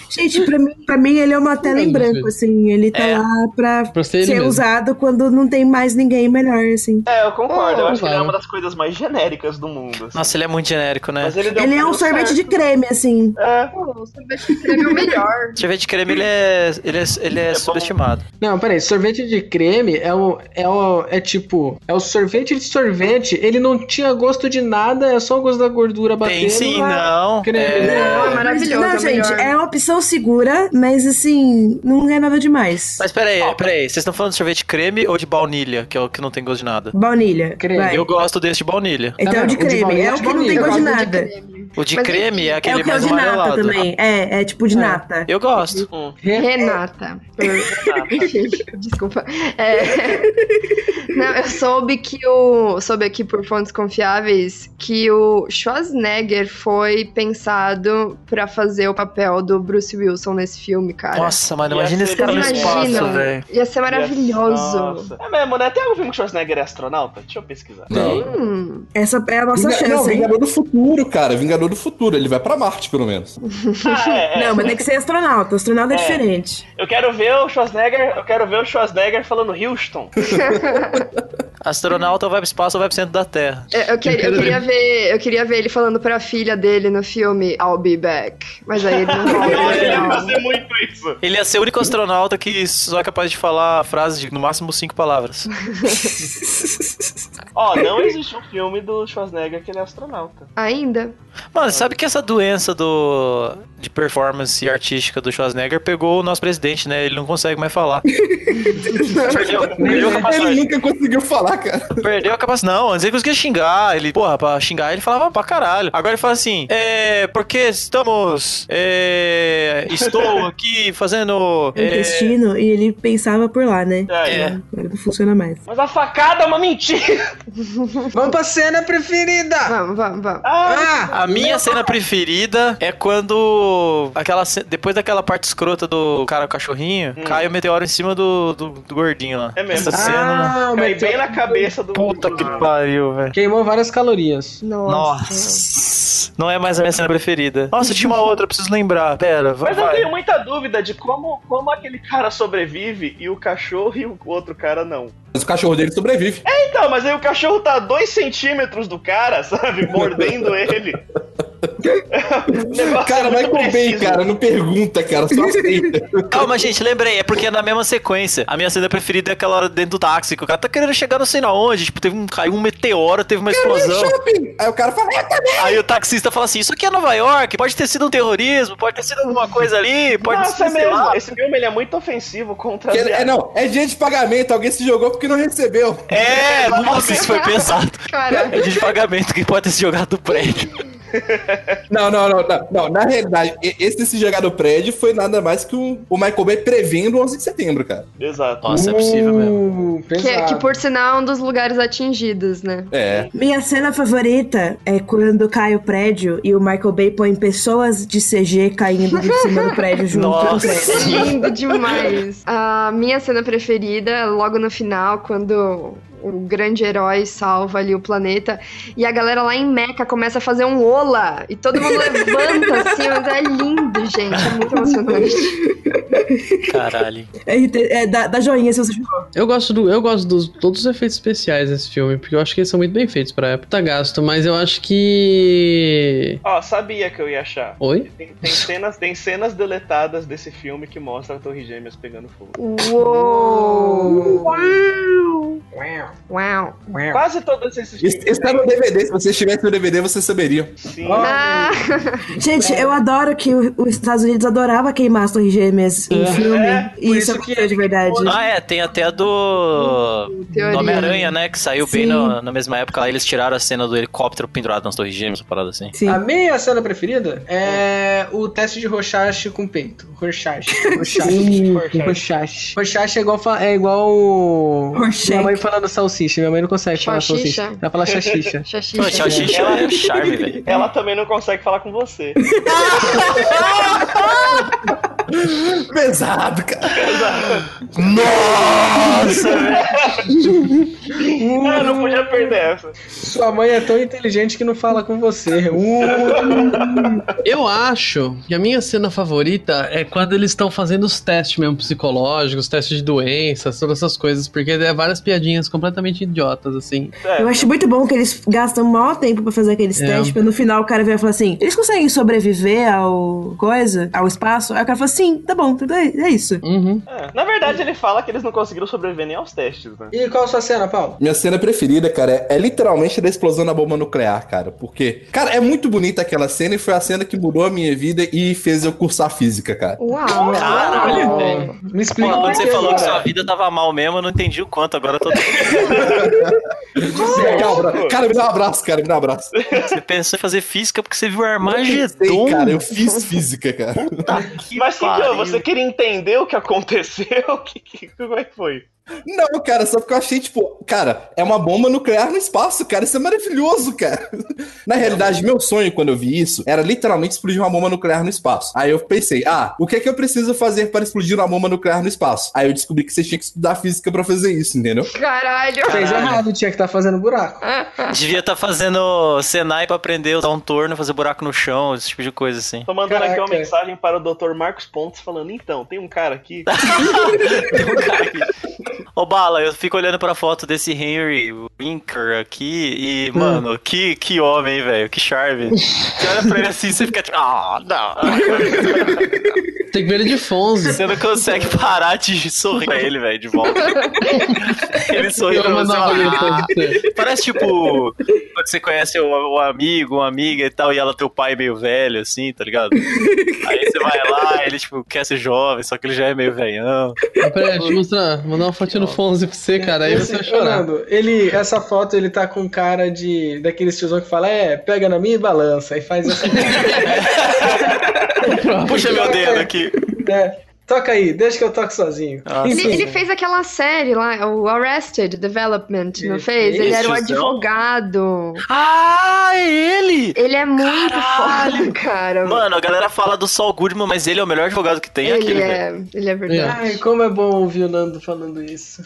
Speaker 2: Gente, pra mim, pra mim ele é uma tela em branco, assim. Ele tá
Speaker 3: É.
Speaker 2: lá pra
Speaker 5: Pra ser ele
Speaker 2: ser
Speaker 5: mesmo.
Speaker 2: usado quando não tem mais ninguém melhor, assim.
Speaker 6: É, eu concordo.
Speaker 1: Oh,
Speaker 6: eu acho que ele é
Speaker 5: vai.
Speaker 6: uma das coisas mais genéricas do mundo. assim.
Speaker 3: Nossa, ele é muito genérico, né?
Speaker 6: Mas ele deu
Speaker 2: Ele é um
Speaker 6: pulo
Speaker 2: sorvete de
Speaker 6: certo.
Speaker 2: creme, assim.
Speaker 6: É.
Speaker 4: pô, sorvete de creme é o melhor.
Speaker 3: Deixa eu ver de creme, ele é, ele é, ele é
Speaker 6: bom.
Speaker 3: subestimado.
Speaker 1: Não, peraí, sorvete de creme é o, é o. É tipo. É o sorvete de sorvete, ele não tinha gosto de nada, é só o gosto da gordura batendo.
Speaker 3: Tem sim,
Speaker 1: ah,
Speaker 3: não.
Speaker 1: creme,
Speaker 3: É,
Speaker 1: né?
Speaker 4: É maravilhoso. é
Speaker 2: Não,
Speaker 4: o
Speaker 2: gente,
Speaker 4: melhor.
Speaker 2: é uma opção segura, mas assim, não é nada demais.
Speaker 3: Mas peraí, peraí, vocês estão falando de sorvete de creme ou de baunilha, que é o que não tem gosto de nada?
Speaker 2: Baunilha.
Speaker 1: Creme.
Speaker 2: vai.
Speaker 3: Eu gosto desse de baunilha.
Speaker 2: Então é
Speaker 1: Ah,
Speaker 2: o
Speaker 1: não,
Speaker 2: de
Speaker 1: o de
Speaker 2: creme.
Speaker 1: baunilha
Speaker 2: É
Speaker 1: é
Speaker 2: o
Speaker 1: de
Speaker 2: que não tem
Speaker 1: baunilha,
Speaker 2: gosto de
Speaker 1: eu
Speaker 4: gosto de
Speaker 2: nada.
Speaker 4: creme.
Speaker 3: O de
Speaker 4: Mas
Speaker 3: creme é
Speaker 4: enfim,
Speaker 2: É
Speaker 3: aquele
Speaker 2: o que é o
Speaker 3: mais
Speaker 2: de nata
Speaker 3: amarelado.
Speaker 2: também. É, é tipo de
Speaker 1: É.
Speaker 2: nata.
Speaker 3: Eu gosto.
Speaker 4: Renata. tá. por- Desculpa. É, Não, eu soube que o. Soube aqui por fontes confiáveis que o Schwarzenegger foi pensado pra fazer o papel do Bruce Wilson nesse filme, cara.
Speaker 3: Nossa, mano,
Speaker 6: Ia
Speaker 3: imagina
Speaker 6: ser
Speaker 3: esse cara no
Speaker 6: lindo.
Speaker 3: espaço,
Speaker 4: Imagina.
Speaker 3: velho.
Speaker 4: Ia ser maravilhoso.
Speaker 6: Nossa. É mesmo, né? Tem algum filme que o Schwarzenegger é astronauta? Deixa eu pesquisar.
Speaker 7: Não.
Speaker 4: Hum,
Speaker 2: Essa é a nossa
Speaker 7: Vinga- não,
Speaker 2: chance, hein?
Speaker 7: Vingador do Futuro, cara. Vingador do Futuro. Ele vai pra Marte, pelo menos.
Speaker 6: Ah, é, é.
Speaker 2: Não, mas tem que ser astronauta. Astronauta é,
Speaker 6: É.
Speaker 2: diferente.
Speaker 6: Eu quero ver o Schwarzenegger, eu quero ver o Schwarzenegger falando Houston.
Speaker 3: Astronauta vai pro espaço ou vai pro centro da Terra.
Speaker 4: eu, eu queria, eu queria ver, eu queria ver ele falando pra filha dele no filme I'll be back. Mas aí ele não
Speaker 6: Ele ia
Speaker 4: vai.
Speaker 6: fazer muito isso.
Speaker 3: Ele ia ser o único astronauta que só é capaz de falar frases de no máximo cinco palavras.
Speaker 6: Ó, não existe um filme do Schwarzenegger que ele é astronauta.
Speaker 4: Ainda.
Speaker 3: Mano, sabe que essa doença do de performance artística do Schwarzenegger pegou o nosso presidente, né? Ele não consegue mais falar.
Speaker 6: é um
Speaker 3: perdeu, perdeu a
Speaker 7: Ele
Speaker 3: capacidade.
Speaker 7: nunca conseguiu falar, cara.
Speaker 3: Perdeu a capacidade. Não, antes ele conseguia xingar. Ele, porra, pra xingar ele falava pra caralho. Agora ele fala assim: é. Porque estamos. É. Estou aqui fazendo.
Speaker 2: O intestino, e ele pensava por lá, né?
Speaker 6: É,
Speaker 3: É.
Speaker 2: Agora não funciona mais.
Speaker 6: Mas a facada é uma mentira.
Speaker 1: Vamos pra cena preferida!
Speaker 4: Vamos, vamos, vamos.
Speaker 6: Ah,
Speaker 1: Ah!
Speaker 3: A minha cena preferida é quando. Aquela, ce- depois daquela parte escrota do cara com o cachorrinho, cai o meteoro em cima do, do, do gordinho lá.
Speaker 6: Hum. É mesmo.
Speaker 3: Essa cena.
Speaker 1: Ah, o
Speaker 6: cai bem
Speaker 1: meteoro
Speaker 6: na cabeça do.
Speaker 3: Puta
Speaker 6: do-
Speaker 3: que pariu, velho.
Speaker 1: Queimou várias calorias.
Speaker 4: Nossa.
Speaker 3: Nossa. Não é mais a minha cena preferida. Nossa, tinha uma outra, eu preciso lembrar. Pera, vai.
Speaker 6: Mas eu
Speaker 3: vai.
Speaker 6: tenho muita dúvida de como, como aquele cara sobrevive e o cachorro e o outro cara não.
Speaker 7: Mas o cachorro dele sobrevive.
Speaker 6: Então, mas aí o cachorro tá a dois centímetros do cara, sabe? Mordendo ele. O negócio
Speaker 7: Cara,
Speaker 6: é muito
Speaker 7: vai com bem,
Speaker 6: preciso.
Speaker 7: cara. Não pergunta, cara. Só aceita.
Speaker 3: Calma, gente, lembrei. É porque é na mesma sequência. A minha cena preferida é aquela hora dentro do táxi, que o cara tá querendo chegar não sei na onde. Tipo, teve um, caiu um meteoro, teve uma explosão.
Speaker 7: Shopping. Aí o cara fala, "Ah, tá
Speaker 3: Aí o taxista fala assim: Isso aqui é Nova York, pode ter sido um terrorismo, pode ter sido alguma coisa ali, pode
Speaker 6: Nossa, é
Speaker 3: ser. sei lá.
Speaker 6: mesmo. Esse filme ele é muito ofensivo contra.
Speaker 7: Que
Speaker 6: as-
Speaker 7: ele- é, não, é dia de pagamento, alguém se jogou porque não recebeu.
Speaker 3: É, nossa, isso foi pesado.
Speaker 4: Cara,
Speaker 3: É de pagamento que pode ter se jogado do prédio.
Speaker 7: Não, não, não, não, não. Na realidade, e- esse se jogar no prédio foi nada mais que um- o Michael Bay prevendo o 11 de setembro, cara.
Speaker 6: Exato.
Speaker 3: Nossa, é
Speaker 1: Uh,
Speaker 3: possível mesmo.
Speaker 1: mesmo.
Speaker 4: que, que por sinal é um dos lugares atingidos, né?
Speaker 7: É.
Speaker 2: Minha cena favorita é quando cai o prédio e o Michael Bay põe pessoas de CG caindo de cima do prédio junto.
Speaker 3: Nossa.
Speaker 4: Lindo demais. A minha cena preferida é logo no final, quando o grande herói salva ali o planeta e a galera lá em Meca começa a fazer um ola e todo mundo levanta assim, mas é lindo, gente, é muito emocionante.
Speaker 7: Uh.
Speaker 3: Caralho.
Speaker 2: É, é, dá, dá joinha se você chegou.
Speaker 5: Eu gosto, do, eu gosto dos todos os efeitos especiais desse filme, porque eu acho que eles são muito bem feitos pra época. Tá gasto, mas eu acho que.
Speaker 6: Ó, sabia que eu ia achar.
Speaker 5: Oi?
Speaker 6: Tem, tem cenas, tem cenas deletadas desse filme que mostra a Torre Gêmeas pegando fogo.
Speaker 4: Uou! Uau!
Speaker 6: Quase todos esses
Speaker 7: Isso
Speaker 6: filmes.
Speaker 7: isso tá no DVD, se você estivesse no DVD, você saberia.
Speaker 6: Sim.
Speaker 4: Ah,
Speaker 2: Gente, eu adoro que o- os Estados Unidos adorava queimar as torres gêmeas Unidos em filme.
Speaker 6: É,
Speaker 2: e
Speaker 6: por
Speaker 2: isso
Speaker 6: isso que
Speaker 2: aconteceu de verdade.
Speaker 3: Ah, é, tem até a do.
Speaker 4: Teoria.
Speaker 3: do Homem-Aranha, né? Que saiu bem
Speaker 2: Sim.
Speaker 3: no- na mesma época. Lá eles tiraram a cena do helicóptero pendurado nas torres gêmeas, uma parada assim.
Speaker 2: Sim.
Speaker 1: A minha cena preferida é o teste de Rochache com peito. Rochache. Rochache. Rochache. Rochache é igual, fa- é igual o...
Speaker 2: Rorschach.
Speaker 1: Minha mãe falando salsicha. Minha mãe não consegue falar
Speaker 4: Salsicha.
Speaker 1: salsicha. Ela fala chachicha.
Speaker 4: Xaxi,
Speaker 3: Pô, tchau,
Speaker 4: xaxi.
Speaker 3: xixi, é um charme, velho.
Speaker 6: Ela também não consegue falar com você.
Speaker 7: Pesado, cara. Nossa!
Speaker 6: Ah, não podia perder essa.
Speaker 1: Sua mãe é tão inteligente que não fala com você. Uh,
Speaker 5: Eu acho que a minha cena favorita é quando eles estão fazendo os testes mesmo psicológicos, testes de doenças, todas essas coisas, porque é várias piadinhas completamente idiotas, assim.
Speaker 6: É.
Speaker 2: Eu acho muito bom que eles gastam o maior tempo pra fazer aqueles
Speaker 5: É.
Speaker 2: testes, pra no final o cara vier e falar assim: eles conseguem sobreviver ao coisa, ao espaço? Aí o cara fala assim: tá bom, tudo é, é isso.
Speaker 5: Uhum.
Speaker 6: É. Na verdade, ele fala que eles não conseguiram sobreviver nem aos testes, né?
Speaker 1: E qual a sua cena, Paulo?
Speaker 7: Minha cena preferida, cara, é, é literalmente da explosão da bomba nuclear, cara. Porque, cara, é muito bonita aquela cena e foi a cena que mudou a minha vida e fez eu cursar física, cara.
Speaker 4: Uau!
Speaker 3: Caralho, velho.
Speaker 1: Me
Speaker 3: Pô,
Speaker 1: explica.
Speaker 3: quando
Speaker 1: por
Speaker 3: você
Speaker 1: quê,
Speaker 3: falou que
Speaker 1: cara.
Speaker 3: sua vida tava mal mesmo, eu não entendi o quanto. Agora eu tô...
Speaker 7: Me dá um abra- Cara, me dá um abraço, cara, me dá um abraço.
Speaker 3: você pensou em fazer física porque você viu
Speaker 7: Sei,
Speaker 3: Armagedon.
Speaker 7: cara, eu fiz física, cara.
Speaker 6: Mas que
Speaker 3: pariu.
Speaker 6: você queria entender o que aconteceu? O que, que, como é que foi?
Speaker 7: Não, cara, só porque eu achei, tipo, cara, é uma bomba nuclear no espaço, cara. Isso é maravilhoso, cara. Na realidade, meu sonho quando eu vi isso era literalmente explodir uma bomba nuclear no espaço. Aí eu pensei, ah, o que é que eu preciso fazer para explodir uma bomba nuclear no espaço? Aí eu descobri que você tinha que estudar física pra fazer isso, entendeu?
Speaker 4: Caralho!
Speaker 1: Fez
Speaker 3: Caralho.
Speaker 1: errado, tinha que estar fazendo buraco.
Speaker 3: Ah, Devia estar fazendo Senai pra aprender a usar um torno, fazer buraco no chão, esse tipo de coisa assim.
Speaker 6: Tô mandando aqui uma
Speaker 1: Caraca.
Speaker 6: mensagem para o Dr. Marcos Pontes falando, então, tem um cara aqui.
Speaker 3: Ô Bala, eu fico olhando pra foto desse Henry Winker aqui e, mano, que, que homem, velho, que charme. Você olha pra ele assim e você fica tipo, ah, não.
Speaker 5: Tem que ver ele de Fonze.
Speaker 3: Você não consegue parar de sorrir pra ele, velho, de volta. Ele sorriu pra você.
Speaker 5: mandava ele
Speaker 3: ó.
Speaker 5: pra você.
Speaker 3: Parece tipo quando você conhece um, um amigo, uma amiga e tal, e ela é teu pai meio velho, assim, tá ligado? Aí você vai lá, ele tipo, quer ser jovem, só que ele já é meio velhão.
Speaker 5: Ah, Peraí, deixa eu mostrar. Vou mandar uma fotinha no Fonze pra você, cara. Aí você vai
Speaker 1: Esse- é
Speaker 5: chorar.
Speaker 1: Fernando, ele, essa foto ele tá com cara de daqueles tiozão que fala, é, pega na minha e balança, e faz assim, né? essa.
Speaker 3: Puxa meu dedo aqui.
Speaker 1: né? Toca aí, deixa que eu toque sozinho.
Speaker 3: Ah,
Speaker 1: Enfim,
Speaker 4: Ele, ele fez aquela série lá, o Arrested Development, não
Speaker 1: Ele
Speaker 4: fez?
Speaker 1: fez,
Speaker 4: Ele era um
Speaker 3: tiozão?
Speaker 4: advogado.
Speaker 3: Ah, é ele!
Speaker 4: Ele é muito
Speaker 3: Caralho!
Speaker 4: foda, cara.
Speaker 3: Mano, a galera fala do Saul Goodman, mas ele é o melhor advogado que tem é
Speaker 4: ele,
Speaker 3: aquele, velho.
Speaker 4: é, ele é verdade.
Speaker 1: Ai, como é bom ouvir o Nando falando isso.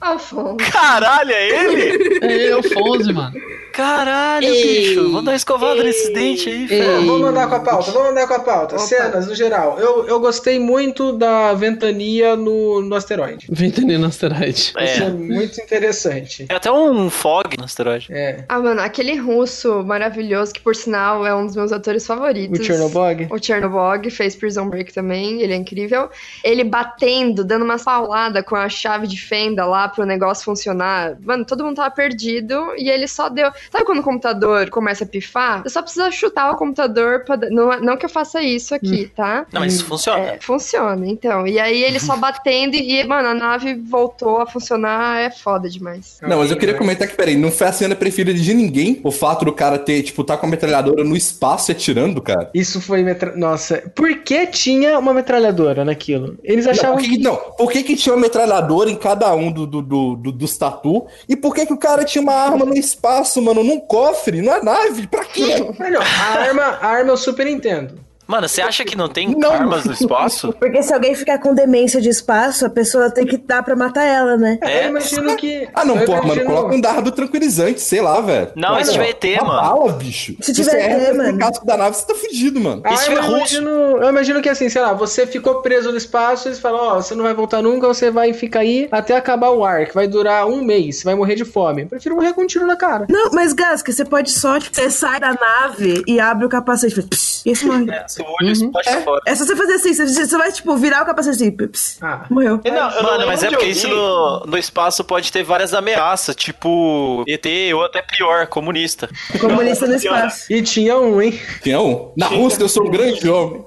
Speaker 4: Afonso.
Speaker 3: Caralho, é ele?
Speaker 5: É ele, é o Fonze, mano.
Speaker 3: Caralho, bicho. Vamos dar uma escovada nesse dente aí, velho.
Speaker 1: Vou mandar com a pauta, vou mandar com a pauta.
Speaker 4: Opa.
Speaker 1: Cenas, no geral. Eu, eu gostei muito da ventania no, no asteroide.
Speaker 5: Vem entender no asteroide.
Speaker 1: Isso é
Speaker 3: É.
Speaker 1: muito interessante.
Speaker 3: É até um fog no asteroide.
Speaker 1: É.
Speaker 4: Ah, mano, aquele russo maravilhoso, que por sinal é um dos meus atores favoritos.
Speaker 1: O Chernobog?
Speaker 4: O Chernobog fez Prison Break também, ele é incrível. Ele batendo, dando uma paulada com a chave de fenda lá pro negócio funcionar. Mano, todo mundo tava perdido e ele só deu. Sabe quando o computador começa a pifar? Você só precisa chutar o computador pra. Não, não que eu faça isso aqui, tá?
Speaker 3: Não, mas isso funciona.
Speaker 4: É, funciona, então. E aí ele só batendo e, mano, a nave voltou a funcionar, é foda demais.
Speaker 7: Não, mas eu queria comentar que, peraí, não foi a cena preferida de ninguém o fato do cara ter, tipo, tá com a metralhadora no espaço e atirando, cara.
Speaker 1: Isso foi metra... Nossa, por que tinha uma metralhadora naquilo? Eles
Speaker 7: Não,
Speaker 1: achavam
Speaker 7: por que, que- não, por que, que tinha uma metralhadora em cada um do, do, do- do- dos tatu? E por que, que o cara tinha uma arma no espaço, mano? Num cofre, numa nave? Pra quê?
Speaker 1: Mas não, a arma, a arma eu super entendo.
Speaker 3: Mano, você acha que não tem
Speaker 7: Não.
Speaker 3: armas no espaço?
Speaker 2: Porque se alguém ficar com demência de espaço, a pessoa tem que dar pra matar ela, né?
Speaker 3: É?
Speaker 1: Eu imagino que.
Speaker 7: Ah, não,
Speaker 1: eu
Speaker 7: porra, mano,
Speaker 1: imagino-
Speaker 7: coloca um dardo tranquilizante, sei lá, velho.
Speaker 3: Não, esse
Speaker 7: Olha,
Speaker 3: vai ter,
Speaker 7: uma
Speaker 3: mano.
Speaker 7: Bala, bicho.
Speaker 2: Se tiver
Speaker 7: você
Speaker 2: ET,
Speaker 7: erra esse
Speaker 2: mano.
Speaker 7: casco da nave, você tá fudido, mano.
Speaker 1: Ah,
Speaker 3: Isso
Speaker 1: eu,
Speaker 3: é russo.
Speaker 1: imagino, eu imagino que assim, sei lá, você ficou preso no espaço, eles falam, ó, você não vai voltar nunca, você vai ficar aí até acabar o ar, que vai durar um mês, você vai morrer de fome. Eu prefiro morrer com um tiro na cara.
Speaker 2: Não, mas Gasca, você pode só, tipo, você sai da nave e abre o capacete. e faz pss. Pips. Esse morre.
Speaker 3: É, seu
Speaker 4: Uhum.
Speaker 3: olho explode pra fora.
Speaker 2: É só você fazer assim, você, você vai, tipo, virar o capacete assim, pips.
Speaker 1: Ah.
Speaker 2: Morreu.
Speaker 6: Não, eu não
Speaker 3: Mano,
Speaker 6: lembro
Speaker 3: mas é
Speaker 6: de
Speaker 3: porque
Speaker 6: ouvir.
Speaker 3: isso no, no espaço pode ter várias ameaças, tipo ET ou até pior, comunista.
Speaker 2: Comunista no
Speaker 6: Nossa Senhora.
Speaker 2: espaço.
Speaker 1: E tinha um, hein?
Speaker 7: Quem é um? Na Rússia eu sou um grande homem.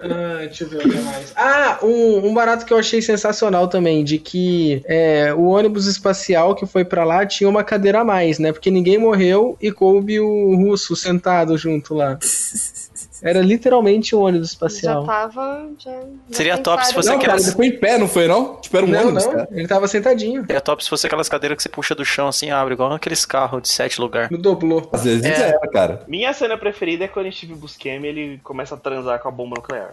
Speaker 1: Ah, deixa eu ver o que mais. Ah, um, um barato que eu achei sensacional também, de que é, o ônibus espacial que foi pra lá tinha uma cadeira a mais, né? Porque ninguém morreu e coube o russo sentado junto lá. Era literalmente o ônibus espacial.
Speaker 4: Já tá. tava. Já, já
Speaker 3: Seria top se
Speaker 4: pensaram.
Speaker 3: fosse
Speaker 7: Não,
Speaker 3: aquela-
Speaker 7: cara, ele foi em pé, não foi, não? Tipo, era um
Speaker 1: Não,
Speaker 7: ônibus,
Speaker 1: não,
Speaker 7: cara.
Speaker 1: ele tava sentadinho.
Speaker 3: É top se fosse aquelas cadeiras que você puxa do chão assim, abre, igual aqueles carros de sete lugar.
Speaker 1: No doblô.
Speaker 7: Às vezes
Speaker 3: É.
Speaker 7: era, cara.
Speaker 6: Minha cena preferida é quando Steve Buscemi ele começa a transar com a bomba nuclear.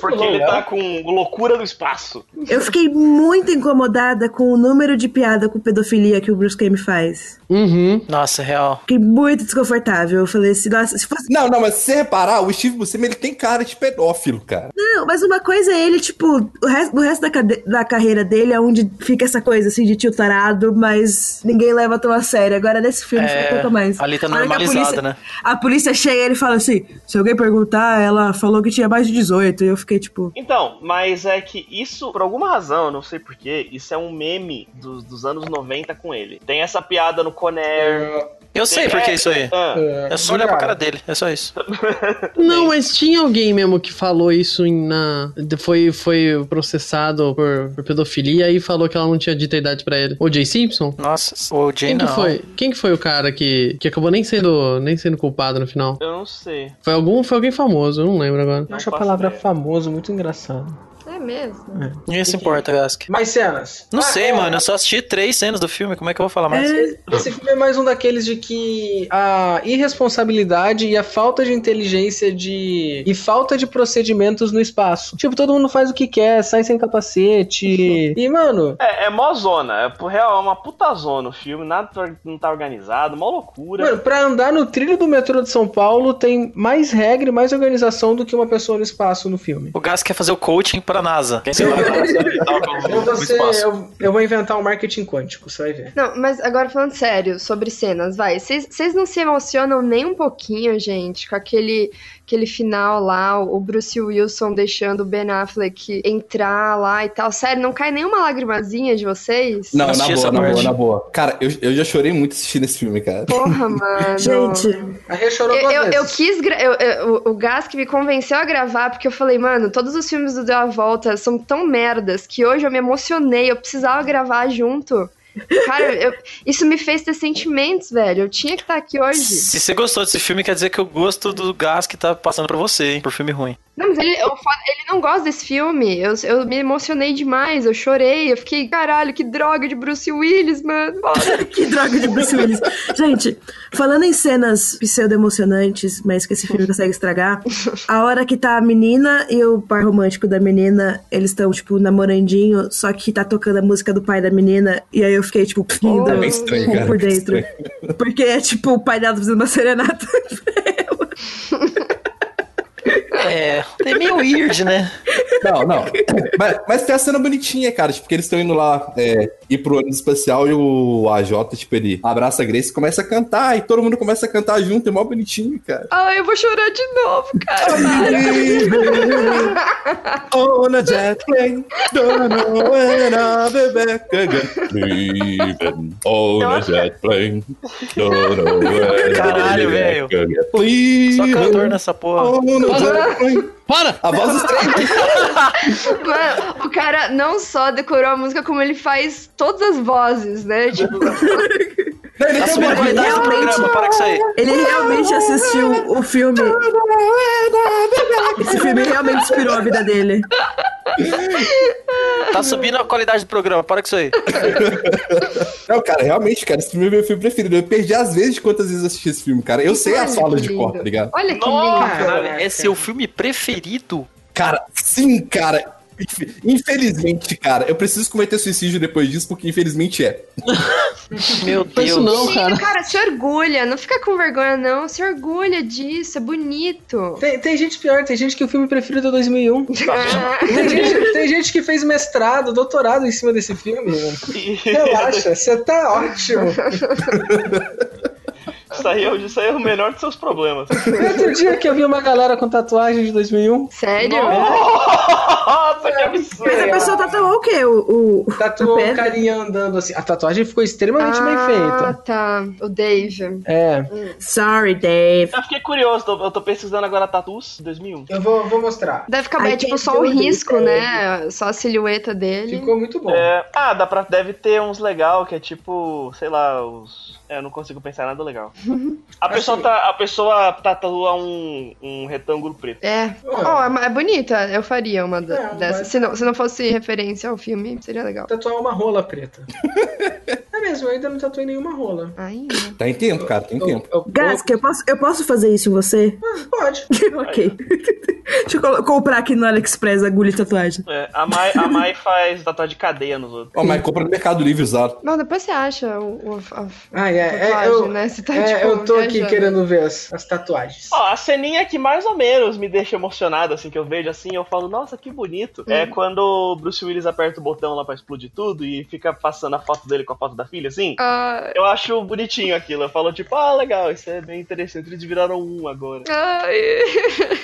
Speaker 6: Porque ele tá com loucura do espaço.
Speaker 2: Eu fiquei muito incomodada com o número de piada com pedofilia que o Bruce Kame faz.
Speaker 1: Uhum.
Speaker 3: Nossa, é real.
Speaker 2: Fiquei muito desconfortável. Eu falei assim, nossa, se fosse.
Speaker 7: Não, não, mas se você reparar, o Steve Buscemi, ele tem cara de pedófilo, cara.
Speaker 2: Não, mas uma coisa é ele, tipo, o resto, o resto da, cade- da carreira dele é onde fica essa coisa assim de tio tarado, mas ninguém leva tão a sério. Agora nesse filme
Speaker 3: É,
Speaker 2: fica um pouco mais.
Speaker 3: ali tá
Speaker 2: A hora que a
Speaker 3: normalizado,
Speaker 2: polícia-
Speaker 3: né?
Speaker 2: A polícia chega e ele fala assim: se alguém perguntar, ela falou que tinha mais de 18. E eu fiquei, tipo,
Speaker 6: Então, mas é que isso, por alguma razão, eu não sei porquê, isso é um meme dos, dos anos 90 com ele. Tem essa piada no
Speaker 1: É,
Speaker 6: Conair.
Speaker 3: Eu sei por que isso aí.
Speaker 6: Ah,
Speaker 3: É só olhar pra cara dele, é só isso.
Speaker 5: Não, mas tinha alguém mesmo que falou isso em, na. de- Foi, foi processado por, por pedofilia e falou que ela não tinha dito a idade pra ele. O Jay Simpson?
Speaker 3: Nossa, o Jay
Speaker 5: Quem que
Speaker 3: não.
Speaker 5: foi? Quem que foi o cara que, que acabou nem sendo, nem sendo culpado no final?
Speaker 6: eu não sei.
Speaker 5: Foi algum, foi alguém famoso, eu não lembro agora.
Speaker 1: Eu acho a
Speaker 6: Não faço
Speaker 1: palavra
Speaker 6: ideia.
Speaker 1: famoso muito engraçado.
Speaker 4: É mesmo.
Speaker 3: Ninguém se importa, Gask.
Speaker 1: Mais cenas.
Speaker 3: Não
Speaker 1: Ah,
Speaker 3: sei,
Speaker 1: é,
Speaker 3: mano, eu só assisti três cenas do filme, como é que eu vou falar mais?
Speaker 1: Esse filme é mais um daqueles de que a irresponsabilidade e a falta de inteligência de e falta de procedimentos no espaço. Tipo, todo mundo faz o que quer, sai sem capacete. E, mano,
Speaker 6: É, é mó zona. É, por real, é uma puta zona o filme. Nada tá- não tá organizado, mó loucura.
Speaker 1: mano, pra andar no trilho do metrô de São Paulo tem mais regra e mais organização do que uma pessoa no espaço no filme.
Speaker 3: O Gas quer fazer o coaching pra NASA. Quem sei lá,
Speaker 1: Eu vou,
Speaker 3: o
Speaker 1: ser-
Speaker 3: Então espaço.
Speaker 1: eu- eu vou inventar um marketing quântico, você vai ver.
Speaker 4: Não, mas agora falando sério sobre cenas, vai. Vocês vocês não se emocionam nem um pouquinho, gente, com aquele, aquele final lá, o Bruce Wilson deixando o Ben Affleck entrar lá e tal. Sério, não cai nenhuma lagrimazinha de vocês?
Speaker 7: Não, na
Speaker 3: assisti
Speaker 7: boa,
Speaker 3: essa
Speaker 7: na boa,
Speaker 3: parte.
Speaker 7: na boa. Cara, eu, eu já chorei muito assistindo esse filme, cara.
Speaker 4: Porra, mano.
Speaker 2: gente,
Speaker 1: A Rê chorou
Speaker 4: Eu,
Speaker 1: duas
Speaker 4: eu, eu
Speaker 1: vezes.
Speaker 4: quis. gra- eu- eu- o- o Gas que me convenceu a gravar, porque eu falei, mano, todos os filmes do Deu a Volta são tão merdas que hoje eu me emocionei, eu precisava gravar junto. Cara, eu- isso me fez ter sentimentos, velho. Eu tinha que estar aqui hoje.
Speaker 3: Se você gostou desse filme, quer dizer que eu gosto do Gas que tá passando pra você, hein? Por filme ruim.
Speaker 4: Não, mas ele, eu falo- ele não gosta desse filme. Eu, eu me emocionei demais, eu chorei, eu fiquei, caralho, que droga de Bruce Willis, mano. Foda.
Speaker 2: que droga de Bruce Willis. gente, falando em cenas pseudo-emocionantes, mas que esse filme consegue estragar, a hora que tá a menina e o par romântico da menina, eles estão, tipo, namorandinho, só que tá tocando a música do pai da menina, e aí eu fiquei, tipo, rindo
Speaker 4: É
Speaker 7: bem estranho, cara,
Speaker 2: por
Speaker 7: bem
Speaker 2: dentro. Porque é, tipo, o pai dela fazendo uma serenata.
Speaker 3: É, é meio weird, né?
Speaker 7: Não, não. mas, mas tem a cena bonitinha, cara. Tipo, que eles estão indo lá é, ir pro ônibus espacial e o AJ, tipo, ele abraça a Grace e começa a cantar. E todo mundo começa a cantar junto. É mó bonitinho, cara.
Speaker 4: Ai, eu vou chorar de novo, cara.
Speaker 7: On a jet plane, don't know when I'll be back again. Leaving on a jet plane, don't know when
Speaker 3: Caralho, velho.
Speaker 7: again.
Speaker 3: Só cantor né?
Speaker 7: Leaving
Speaker 3: nessa porra.
Speaker 7: on a jet plane.
Speaker 5: Para!
Speaker 7: A voz dos três.
Speaker 4: Mano, o cara não só decorou a música, como ele faz todas as vozes, né? Tipo,
Speaker 7: Não, ele
Speaker 3: Tá
Speaker 7: tem
Speaker 3: subindo a
Speaker 7: uma voz-
Speaker 3: qualidade do programa, para com isso aí.
Speaker 2: Ele realmente assistiu o filme. Esse filme realmente inspirou a vida dele.
Speaker 3: Tá subindo a qualidade do programa, para com isso aí.
Speaker 7: Não, cara, realmente, cara, esse filme é meu filme preferido. Eu perdi às vezes de quantas vezes eu assisti esse filme, cara. Eu sei
Speaker 4: olha
Speaker 7: as falas
Speaker 4: que
Speaker 7: de
Speaker 4: lindo.
Speaker 7: cor, tá ligado?
Speaker 4: Olha que
Speaker 6: Nossa!
Speaker 4: lindo.
Speaker 1: Caraca.
Speaker 3: É seu filme preferido?
Speaker 7: Cara, sim, cara. Inf- Infelizmente, cara, eu preciso cometer suicídio depois disso, porque infelizmente é.
Speaker 3: Meu
Speaker 5: Faz isso
Speaker 3: Deus.
Speaker 5: não, cara.
Speaker 4: Cara, se orgulha, não fica com vergonha, não. Se orgulha disso, é bonito.
Speaker 1: Tem, tem gente pior, tem gente que o filme preferido é 2001.
Speaker 4: Ah,
Speaker 1: Tem gente, tem gente que fez mestrado, doutorado em cima desse né? filme. mano. Relaxa, você tá ótimo.
Speaker 6: Isso aí, é o- isso aí é o menor dos seus problemas.
Speaker 1: Outro dia que eu vi uma galera com tatuagem de 2001,
Speaker 4: Sério?
Speaker 6: Nossa, que absurdo!
Speaker 2: Mas a pessoa tá tão ok, o. o...
Speaker 1: tatuou
Speaker 2: Pedra?
Speaker 1: um carinha andando assim. A tatuagem ficou extremamente bem
Speaker 4: Ah,
Speaker 1: feita.
Speaker 4: tá. O Dave.
Speaker 1: É.
Speaker 2: Sorry, Dave.
Speaker 6: Eu fiquei curioso, tô- eu tô pesquisando agora Tatus 2001.
Speaker 1: Eu vou, vou mostrar.
Speaker 4: Deve ficar
Speaker 2: Ai,
Speaker 4: bem, tipo,
Speaker 2: que
Speaker 4: só o
Speaker 2: tudo,
Speaker 4: risco,
Speaker 2: cara.
Speaker 4: né? Só a silhueta dele.
Speaker 1: Ficou muito bom.
Speaker 6: É, ah, dá pra, deve ter uns legal que é tipo, sei lá, os. É, eu não consigo pensar em nada legal. A pessoa, tá, a pessoa tatua um, um retângulo preto.
Speaker 4: É. Ó, é ma- é bonita. Eu faria uma da-
Speaker 1: Não,
Speaker 4: dessas.
Speaker 1: É, mas-
Speaker 4: Se, não, se não fosse referência ao filme, seria legal.
Speaker 1: Tatuar uma rola preta. é mesmo, eu ainda não tatuei nenhuma rola.
Speaker 4: Aí,
Speaker 7: Tá em tempo, cara, tem tempo.
Speaker 1: Eu- eu-
Speaker 2: Gasca, eu posso, eu posso fazer isso em você?
Speaker 1: Ah, Pode.
Speaker 2: ok. Deixa eu colo- comprar aqui no AliExpress agulha e tatuagem.
Speaker 6: É, a, Mai, a Mai faz tatuagem de cadeia nos outros.
Speaker 7: Ó, mas compra no Mercado Livre usado.
Speaker 4: Não, depois você acha o, o, a
Speaker 1: Ah, é, é,
Speaker 4: tatuagem,
Speaker 1: eu,
Speaker 4: né? Você tá,
Speaker 1: é,
Speaker 4: tipo,
Speaker 1: eu tô aqui
Speaker 4: viajando.
Speaker 1: querendo ver as, as tatuagens.
Speaker 6: Ó, a ceninha que mais ou menos me deixa emocionado, assim, que eu vejo assim, eu falo, nossa, que bonito. É quando o Bruce Willis aperta o botão lá pra explodir tudo e fica passando a foto dele com a foto da filha, assim.
Speaker 4: Ah,
Speaker 6: Eu acho bonitinho aquilo. Eu falo, tipo, ah, legal, isso é bem interessante. Eles viraram um agora.
Speaker 4: ai.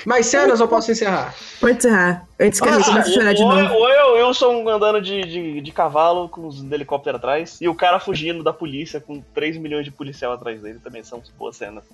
Speaker 1: Mais cenas eu posso encerrar?
Speaker 2: Pode encerrar. Antes que a gente
Speaker 3: Ah,
Speaker 6: Nossa,
Speaker 2: comece a chorar de
Speaker 6: ou,
Speaker 2: novo.
Speaker 6: ou Ah, eu, Wilson andando de, de, de cavalo com os helicópteros atrás e o cara fugindo da polícia com 3 milhões de policial atrás dele também são boas cenas.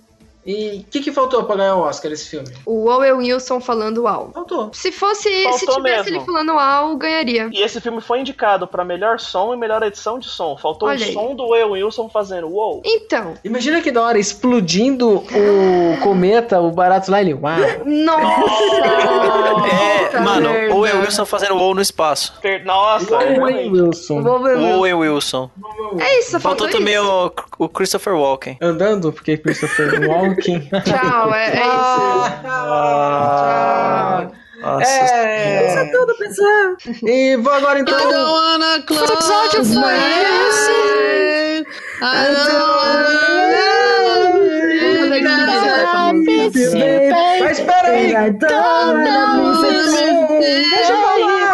Speaker 1: E o que, que faltou pra ganhar o Oscar esse filme?
Speaker 4: O Owen Wilson falando uau.
Speaker 1: Faltou.
Speaker 4: Se fosse, se
Speaker 6: Faltou
Speaker 4: tivesse
Speaker 6: mesmo.
Speaker 4: ele falando uau, ganharia.
Speaker 6: E esse filme foi indicado pra melhor som e melhor edição de som. Faltou
Speaker 4: Olha
Speaker 6: o
Speaker 4: aí.
Speaker 6: som do Will Wilson fazendo uou.
Speaker 4: Então,
Speaker 1: Imagina que da hora, explodindo o cometa, o barato lá, ele... Uau.
Speaker 4: nossa!
Speaker 3: É,
Speaker 4: Puta
Speaker 3: mano,
Speaker 4: merda.
Speaker 3: Owen Wilson fazendo wow no espaço.
Speaker 6: Ter- Nossa, é
Speaker 1: Owen
Speaker 6: realmente.
Speaker 1: Wilson.
Speaker 4: Owen Wilson.
Speaker 3: Owen Wilson.
Speaker 4: É isso,
Speaker 3: Faltou
Speaker 4: faltou,
Speaker 3: também
Speaker 4: isso.
Speaker 3: o, o Christopher Walken.
Speaker 1: Andando, porque Christopher Walken.
Speaker 4: Tchau, é, é
Speaker 1: Ah.
Speaker 4: isso. Tchau.
Speaker 3: Nossa.
Speaker 2: Isso Ah, é
Speaker 1: É.
Speaker 2: tudo, um pessoal.
Speaker 1: E vou agora então.
Speaker 5: I don't wanna close
Speaker 4: episódio foi
Speaker 5: my
Speaker 4: esse?
Speaker 5: eyes. I don't
Speaker 4: Eu vou dar
Speaker 5: wanna
Speaker 4: desligar essa música.
Speaker 1: Mas espera aí.
Speaker 2: Vai dar uma
Speaker 1: Deixa eu falar. Eu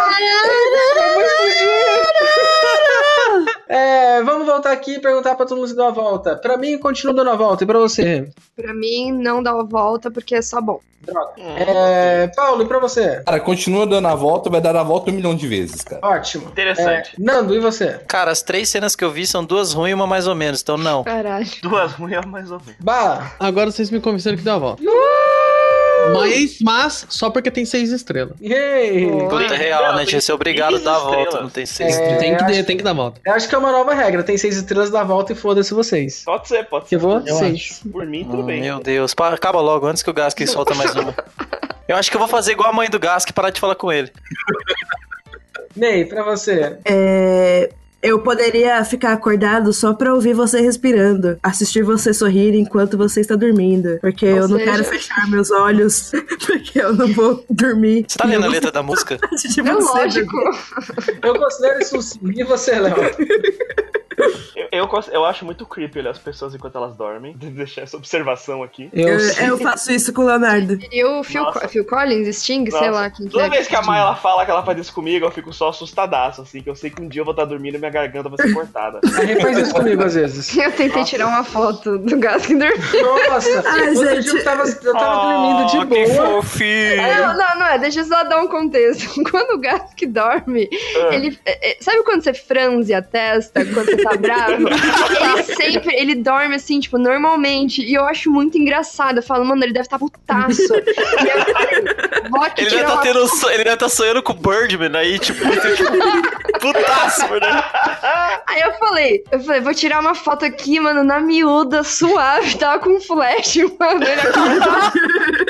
Speaker 1: vou explodir. É, vamos voltar aqui e perguntar pra todo mundo se deu a volta. Pra mim, continua dando a volta. E pra você?
Speaker 4: Pra mim, não dá a volta porque é só bom.
Speaker 6: Hum,
Speaker 1: É, Paulo, e pra você?
Speaker 7: Cara, continua dando a volta, vai dar a volta um milhão de vezes, cara.
Speaker 1: Ótimo.
Speaker 6: Interessante.
Speaker 1: É, Nando, e você?
Speaker 3: Cara, as três cenas que eu vi são duas ruins e uma mais ou menos, então não.
Speaker 4: Caralho.
Speaker 6: Duas mulheres mais ou menos.
Speaker 1: Bala.
Speaker 5: Agora vocês me convenceram que deu a volta. Mas, mas, só porque tem seis estrelas.
Speaker 1: Yay.
Speaker 4: Boa.
Speaker 3: Puta, é real,
Speaker 6: Não,
Speaker 3: né? A gente
Speaker 6: tem
Speaker 3: ia ser obrigado a
Speaker 6: três
Speaker 3: dar a volta,
Speaker 6: estrelas.
Speaker 3: não tem seis.
Speaker 1: É,
Speaker 5: tem, que,
Speaker 1: acho-
Speaker 5: tem que dar a volta.
Speaker 1: Eu acho que é uma nova regra. Tem seis estrelas da volta e foda-se vocês.
Speaker 6: Pode ser, pode ser.
Speaker 1: Eu vou?
Speaker 5: Eu
Speaker 1: seis.
Speaker 6: Por mim, tudo
Speaker 3: Hum,
Speaker 6: bem.
Speaker 3: Meu Deus, Pa- acaba logo antes que o Gask solta mais uma. Eu acho que eu vou fazer igual a mãe do Gask e parar de falar com ele.
Speaker 1: Ney, pra você.
Speaker 2: É, eu poderia ficar acordado só pra ouvir você respirando, assistir você sorrir enquanto você está dormindo, porque
Speaker 4: Ou
Speaker 2: eu não
Speaker 4: seja-
Speaker 2: quero fechar meus olhos, porque eu não vou dormir.
Speaker 3: Você tá lendo a letra da música?
Speaker 2: de
Speaker 4: É
Speaker 2: você,
Speaker 4: lógico.
Speaker 1: Eu considero isso um sim. E você, Léo?
Speaker 6: Eu, eu, cons- eu acho muito creepy olhar as pessoas enquanto elas dormem. Deixar essa observação aqui.
Speaker 1: É,
Speaker 2: Eu, eu faço isso com o Leonardo.
Speaker 4: E o Phil,
Speaker 6: Nossa.
Speaker 4: Co- Phil Collins, Sting, sei
Speaker 6: Nossa,
Speaker 4: lá quem que
Speaker 6: Toda
Speaker 4: é.
Speaker 6: vez que a Maia ela fala que ela faz isso comigo, eu fico só assustadaço, assim, que eu sei que um dia eu vou estar dormindo e minha garganta vai ser cortada.
Speaker 1: A Rê é, faz isso comigo às vezes.
Speaker 4: Eu tentei tirar uma foto do Gaskinder.
Speaker 1: Nossa,
Speaker 2: Ai,
Speaker 1: outro
Speaker 2: gente.
Speaker 1: dia eu tava, eu tava dormindo de
Speaker 3: Ah, que
Speaker 1: boa.
Speaker 3: fofinho.
Speaker 4: Não, não, não é. Deixa eu só dar um contexto. Quando o Gask dorme, ele. é, é, sabe quando você franze a testa quando você tá bravo? ele sempre. Ele dorme assim, tipo, normalmente. E eu acho muito engraçado. Eu falo, mano, ele deve estar tá putaço. e eu falei, vou aqui
Speaker 3: Ele
Speaker 4: tirar
Speaker 3: deve, tá
Speaker 4: uma
Speaker 3: tendo, so- ele deve tá sonhando com o Birdman aí, tipo, putaço, né?
Speaker 4: Aí eu falei, eu falei, vou tirar uma foto aqui, mano, na miúda, suave, tava com um flash, mano. Ele acordou.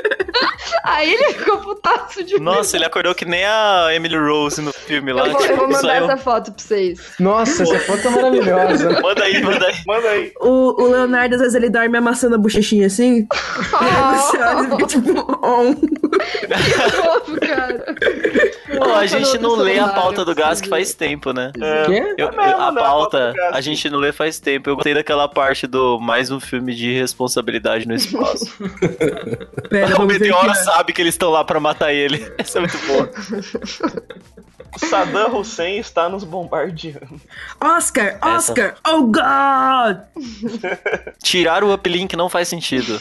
Speaker 4: Aí ele ficou putaço de
Speaker 3: Nossa, ele acordou que nem a Emily Rose no filme lá.
Speaker 4: eu vou,
Speaker 3: tipo,
Speaker 4: eu vou mandar
Speaker 3: sonhou.
Speaker 4: essa foto pra vocês.
Speaker 1: Nossa, essa foto é maravilhosa.
Speaker 3: Manda aí, manda aí.
Speaker 6: Manda aí.
Speaker 2: O, o Leonardo, às vezes, ele dorme amassando a bochechinha assim. Aí
Speaker 1: Oh.
Speaker 2: você olha e fica tipo, on.
Speaker 4: Fofo, cara.
Speaker 3: Pô, a gente
Speaker 4: Todo
Speaker 3: não lê a
Speaker 4: celular,
Speaker 3: pauta do
Speaker 4: eu preciso
Speaker 3: Gask
Speaker 4: ver.
Speaker 3: faz tempo, né?
Speaker 6: É,
Speaker 1: Quê?
Speaker 3: Eu-
Speaker 6: É mesmo,
Speaker 3: a
Speaker 6: né? A pauta
Speaker 3: pauta
Speaker 6: do Gask.
Speaker 3: a gente não lê faz tempo. Eu gostei daquela parte do mais um filme de responsabilidade no espaço.
Speaker 2: Pera,
Speaker 3: o
Speaker 2: vamos ver
Speaker 3: Meteoro
Speaker 2: aqui.
Speaker 3: sabe que eles estão lá pra matar ele. Essa é muito boa.
Speaker 6: Saddam Hussein está nos bombardeando.
Speaker 2: Oscar, Oscar, oh God!
Speaker 3: Tirar o uplink não faz sentido.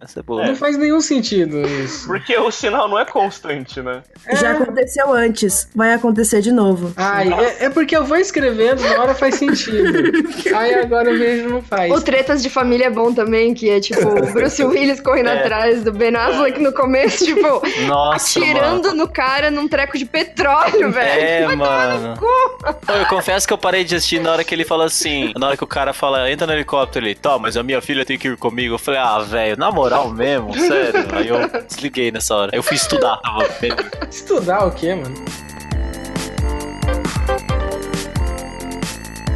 Speaker 3: Essa é boa.
Speaker 1: Não faz nenhum sentido isso.
Speaker 6: Porque o sinal não é constante, né?
Speaker 2: Já
Speaker 1: É.
Speaker 2: aconteceu antes, vai acontecer de novo.
Speaker 1: Ai, é, é porque eu vou escrevendo, na hora faz sentido. Aí agora eu vejo não faz.
Speaker 4: O Tretas de Família é bom também, que é tipo o Bruce Willis correndo
Speaker 3: É.
Speaker 4: atrás do Ben Affleck no começo, tipo,
Speaker 3: Nossa, mano.
Speaker 4: atirando no cara num treco de petróleo, velho.
Speaker 3: É, mano. Não, eu confesso que eu parei de assistir na hora que ele fala assim. Na hora que o cara fala, entra no helicóptero, ele, tá, mas a minha filha tem que ir comigo. Eu falei, ah, velho, na moral mesmo, sério. Aí eu desliguei nessa hora. Eu fui estudar, tava bêbado.
Speaker 1: Estudar o quê, mano?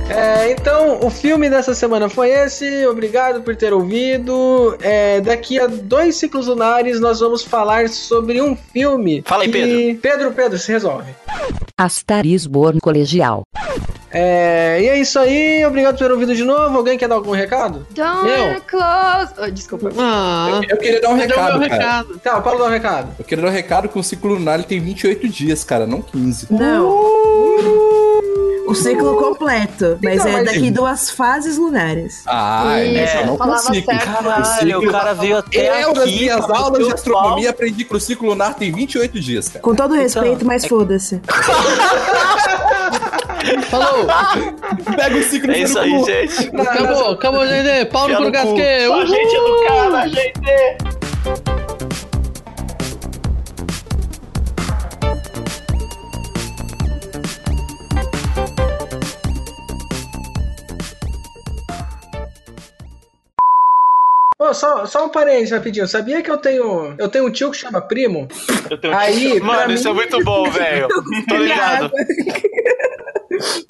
Speaker 1: É, então, o filme dessa semana foi esse. Obrigado por ter ouvido. É, daqui a dois ciclos lunares, nós vamos falar sobre um filme.
Speaker 3: Fala aí,
Speaker 1: que- Pedro, Pedro, se resolve.
Speaker 8: Asterisborn colegial.
Speaker 1: É, e é isso aí. Obrigado por ter ouvido de novo. Alguém quer dar algum recado?
Speaker 4: Don't
Speaker 1: Meu.
Speaker 4: close. Oh, desculpa.
Speaker 5: Ah,
Speaker 7: Eu queria dar um
Speaker 5: cadê o
Speaker 7: recado,
Speaker 5: meu
Speaker 7: cara.
Speaker 5: recado?
Speaker 1: Tá, o Paulo dá um recado.
Speaker 7: Eu queria dar um recado que o ciclo lunar ele tem 28 dias, cara, não 15.
Speaker 2: Não. O ciclo completo, mas
Speaker 1: Então,
Speaker 2: é
Speaker 1: mas-
Speaker 2: daqui duas fases lunares.
Speaker 7: Ah,
Speaker 4: Isso,
Speaker 7: mas eu não
Speaker 4: é. falava
Speaker 7: consigo.
Speaker 4: certo.
Speaker 3: Caralho, o cara veio até
Speaker 7: Eu, nas
Speaker 3: É aqui.
Speaker 7: É, minhas
Speaker 3: pra
Speaker 7: aulas de
Speaker 3: meter o pau.
Speaker 7: astronomia, aprendi que o ciclo lunar tem 28 dias, cara.
Speaker 2: Com todo respeito, mas foda-se.
Speaker 5: Falou,
Speaker 7: Pega o ciclo
Speaker 3: É isso
Speaker 7: pelo
Speaker 3: aí,
Speaker 7: cu.
Speaker 3: gente.
Speaker 5: acabou, acabou, gente. Pau no
Speaker 3: Fia no cu.
Speaker 1: É,
Speaker 5: Kurgasque.
Speaker 6: Só gente educada, gente.
Speaker 1: Ô, só, só um parênteses rapidinho. Sabia que eu tenho, eu tenho um tio que chama primo?
Speaker 6: Eu tenho um
Speaker 1: Aí, pra
Speaker 3: Mano, isso é
Speaker 1: mim-
Speaker 3: muito bom, velho. Tô ligado.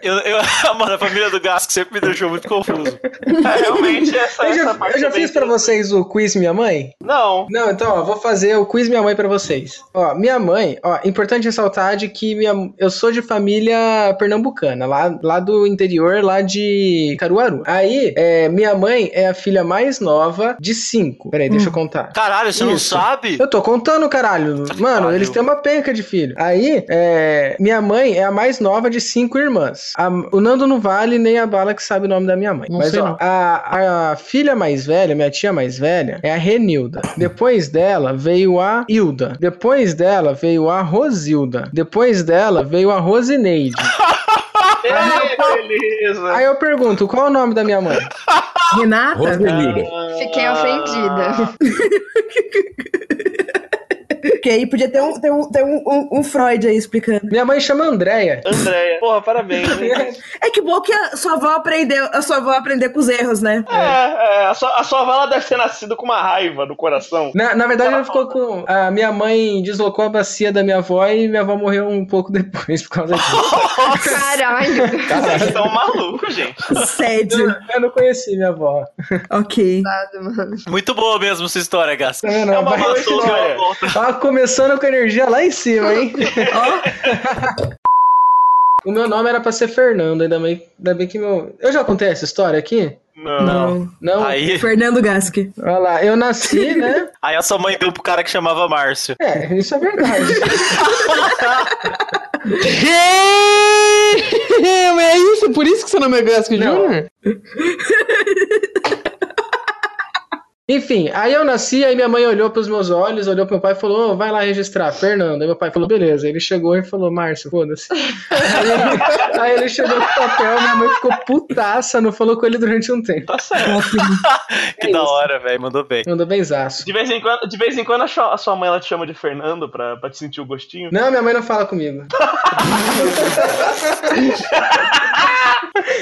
Speaker 3: Eu, eu, mano, a família do Gasco sempre me deixou muito confuso.
Speaker 6: É, realmente essa,
Speaker 1: Eu
Speaker 6: essa
Speaker 1: já,
Speaker 6: parte.
Speaker 1: eu já
Speaker 6: também
Speaker 1: fiz pra
Speaker 6: tem-
Speaker 1: vocês o quiz Minha Mãe?
Speaker 6: Não.
Speaker 1: Não, então, ó, vou fazer o quiz minha mãe pra vocês. Ó, minha mãe, ó, importante ressaltar de que minha, eu sou de família pernambucana, lá, lá do interior, lá de Caruaru. Aí, é, minha mãe é a filha mais nova de cinco. Peraí, deixa eu contar.
Speaker 3: Caralho, você não
Speaker 1: Isso.
Speaker 3: sabe?
Speaker 1: Eu tô contando, caralho. Mano,
Speaker 3: Caralho.
Speaker 1: eles têm uma penca de filho. Aí, é, minha mãe é a mais nova de cinco irmãs. A- o Nando não vale nem a bala que sabe o nome da minha mãe.
Speaker 5: Não
Speaker 1: Mas,
Speaker 5: sei
Speaker 1: ó,
Speaker 5: não.
Speaker 1: a, a filha mais velha, minha tia mais velha, é a Renilda. Depois dela veio a Hilda. Depois dela veio a Rosilda. Depois dela veio a Rosineide.
Speaker 3: Ah,
Speaker 6: É, beleza.
Speaker 1: Aí eu pergunto, qual é o nome da minha mãe?
Speaker 2: Renata?
Speaker 7: Rosemilda.
Speaker 4: Fiquei ofendida.
Speaker 2: Porque aí podia ter um, ter um, ter um, um- um Freud aí explicando.
Speaker 1: Minha mãe chama Andréia.
Speaker 6: Andréia. Porra, parabéns. hein?
Speaker 2: É que bom que a sua avó aprendeu, a sua avó aprender com os erros, né?
Speaker 6: É, é, a sua, a sua avó ela deve ter nascido com uma raiva no coração.
Speaker 1: Na, na verdade, ela ficou com. A minha mãe deslocou a bacia da minha avó e minha avó morreu um pouco depois por causa disso.
Speaker 4: Caralho.
Speaker 6: Vocês estão malucos, gente.
Speaker 1: eu,
Speaker 2: Sério.
Speaker 1: eu não conheci minha avó.
Speaker 2: ok.
Speaker 4: Tá, mano.
Speaker 3: Muito boa mesmo essa história, Gasco.
Speaker 1: Tá vendo?
Speaker 6: É
Speaker 1: Ela
Speaker 6: uma
Speaker 1: vai-
Speaker 6: maçuga.
Speaker 1: Tava começando com a energia lá em cima, hein? o meu nome era pra ser Fernando, ainda bem, ainda bem que meu. Eu já contei essa história aqui?
Speaker 6: Não.
Speaker 1: Não?
Speaker 3: Aí,
Speaker 2: Fernando Gasque.
Speaker 1: Olha lá, eu nasci, né?
Speaker 3: aí a sua mãe deu pro cara que chamava Márcio.
Speaker 1: É, isso é verdade.
Speaker 5: É isso, por isso que seu nome é Gasco
Speaker 1: Não.
Speaker 5: Júnior?
Speaker 1: Enfim, aí eu nasci, aí minha mãe olhou pros meus olhos, olhou pro meu pai e falou: "Ô, vai lá registrar, Fernando. Aí meu pai falou: beleza. Ele chegou e falou: Márcio, foda-se. aí, aí ele chegou com o papel, minha mãe ficou putaça, não falou com ele durante um tempo.
Speaker 6: Tá certo.
Speaker 3: Que da hora, velho, mandou bem.
Speaker 1: Mandou benzaço.
Speaker 6: De vez em quando, de vez em quando a, sua, a sua mãe ela te chama de Fernando pra, pra te sentir o gostinho.
Speaker 1: Não, minha mãe não fala comigo.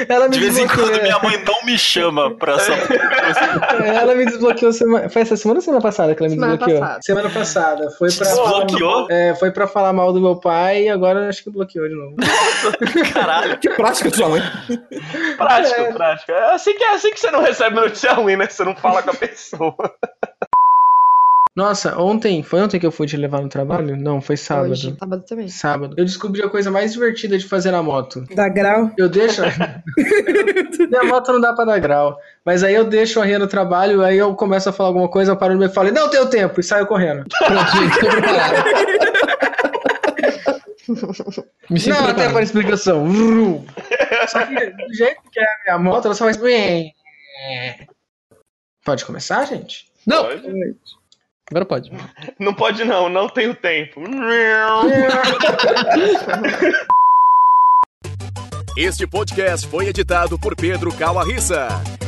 Speaker 1: ela me
Speaker 3: De vez em
Speaker 1: desbloqueou.
Speaker 3: quando minha mãe não me chama pra essa.
Speaker 1: É, Ela me desbloqueou semana. Foi essa semana ou semana passada que ela me
Speaker 4: Semana
Speaker 1: desbloqueou?
Speaker 4: passada.
Speaker 1: Semana passada. Foi pra.
Speaker 3: Desbloqueou?
Speaker 1: É, foi pra falar mal do meu pai e agora acho que bloqueou de novo.
Speaker 3: Caralho.
Speaker 7: Que prática sua mãe.
Speaker 6: Prático,
Speaker 1: É.
Speaker 6: prático. É assim, que, é assim que você não recebe notícia ruim, né? Você não fala com a pessoa.
Speaker 1: Nossa, ontem, foi ontem que eu fui te levar no trabalho? Não, foi sábado.
Speaker 4: Hoje, sábado também.
Speaker 1: Sábado. Eu descobri a coisa mais divertida de fazer na moto.
Speaker 2: Da grau.
Speaker 1: Eu deixo. Minha moto não dá pra dar grau. Mas aí eu deixo a Ria no trabalho, aí eu começo a falar alguma coisa, eu paro no meio e falo, não tenho tempo, e saio correndo.
Speaker 5: Pronto, gente, tô preparado. Me sinto
Speaker 1: não, até
Speaker 5: preparado.
Speaker 1: para explicação. Vrum. Só que do jeito que é a minha moto, ela só faz. bem. Pode começar, gente?
Speaker 5: Não,
Speaker 6: Pode?
Speaker 5: agora pode.
Speaker 6: Não pode não, não tenho tempo.
Speaker 7: Este podcast foi editado por Pedro Calarissa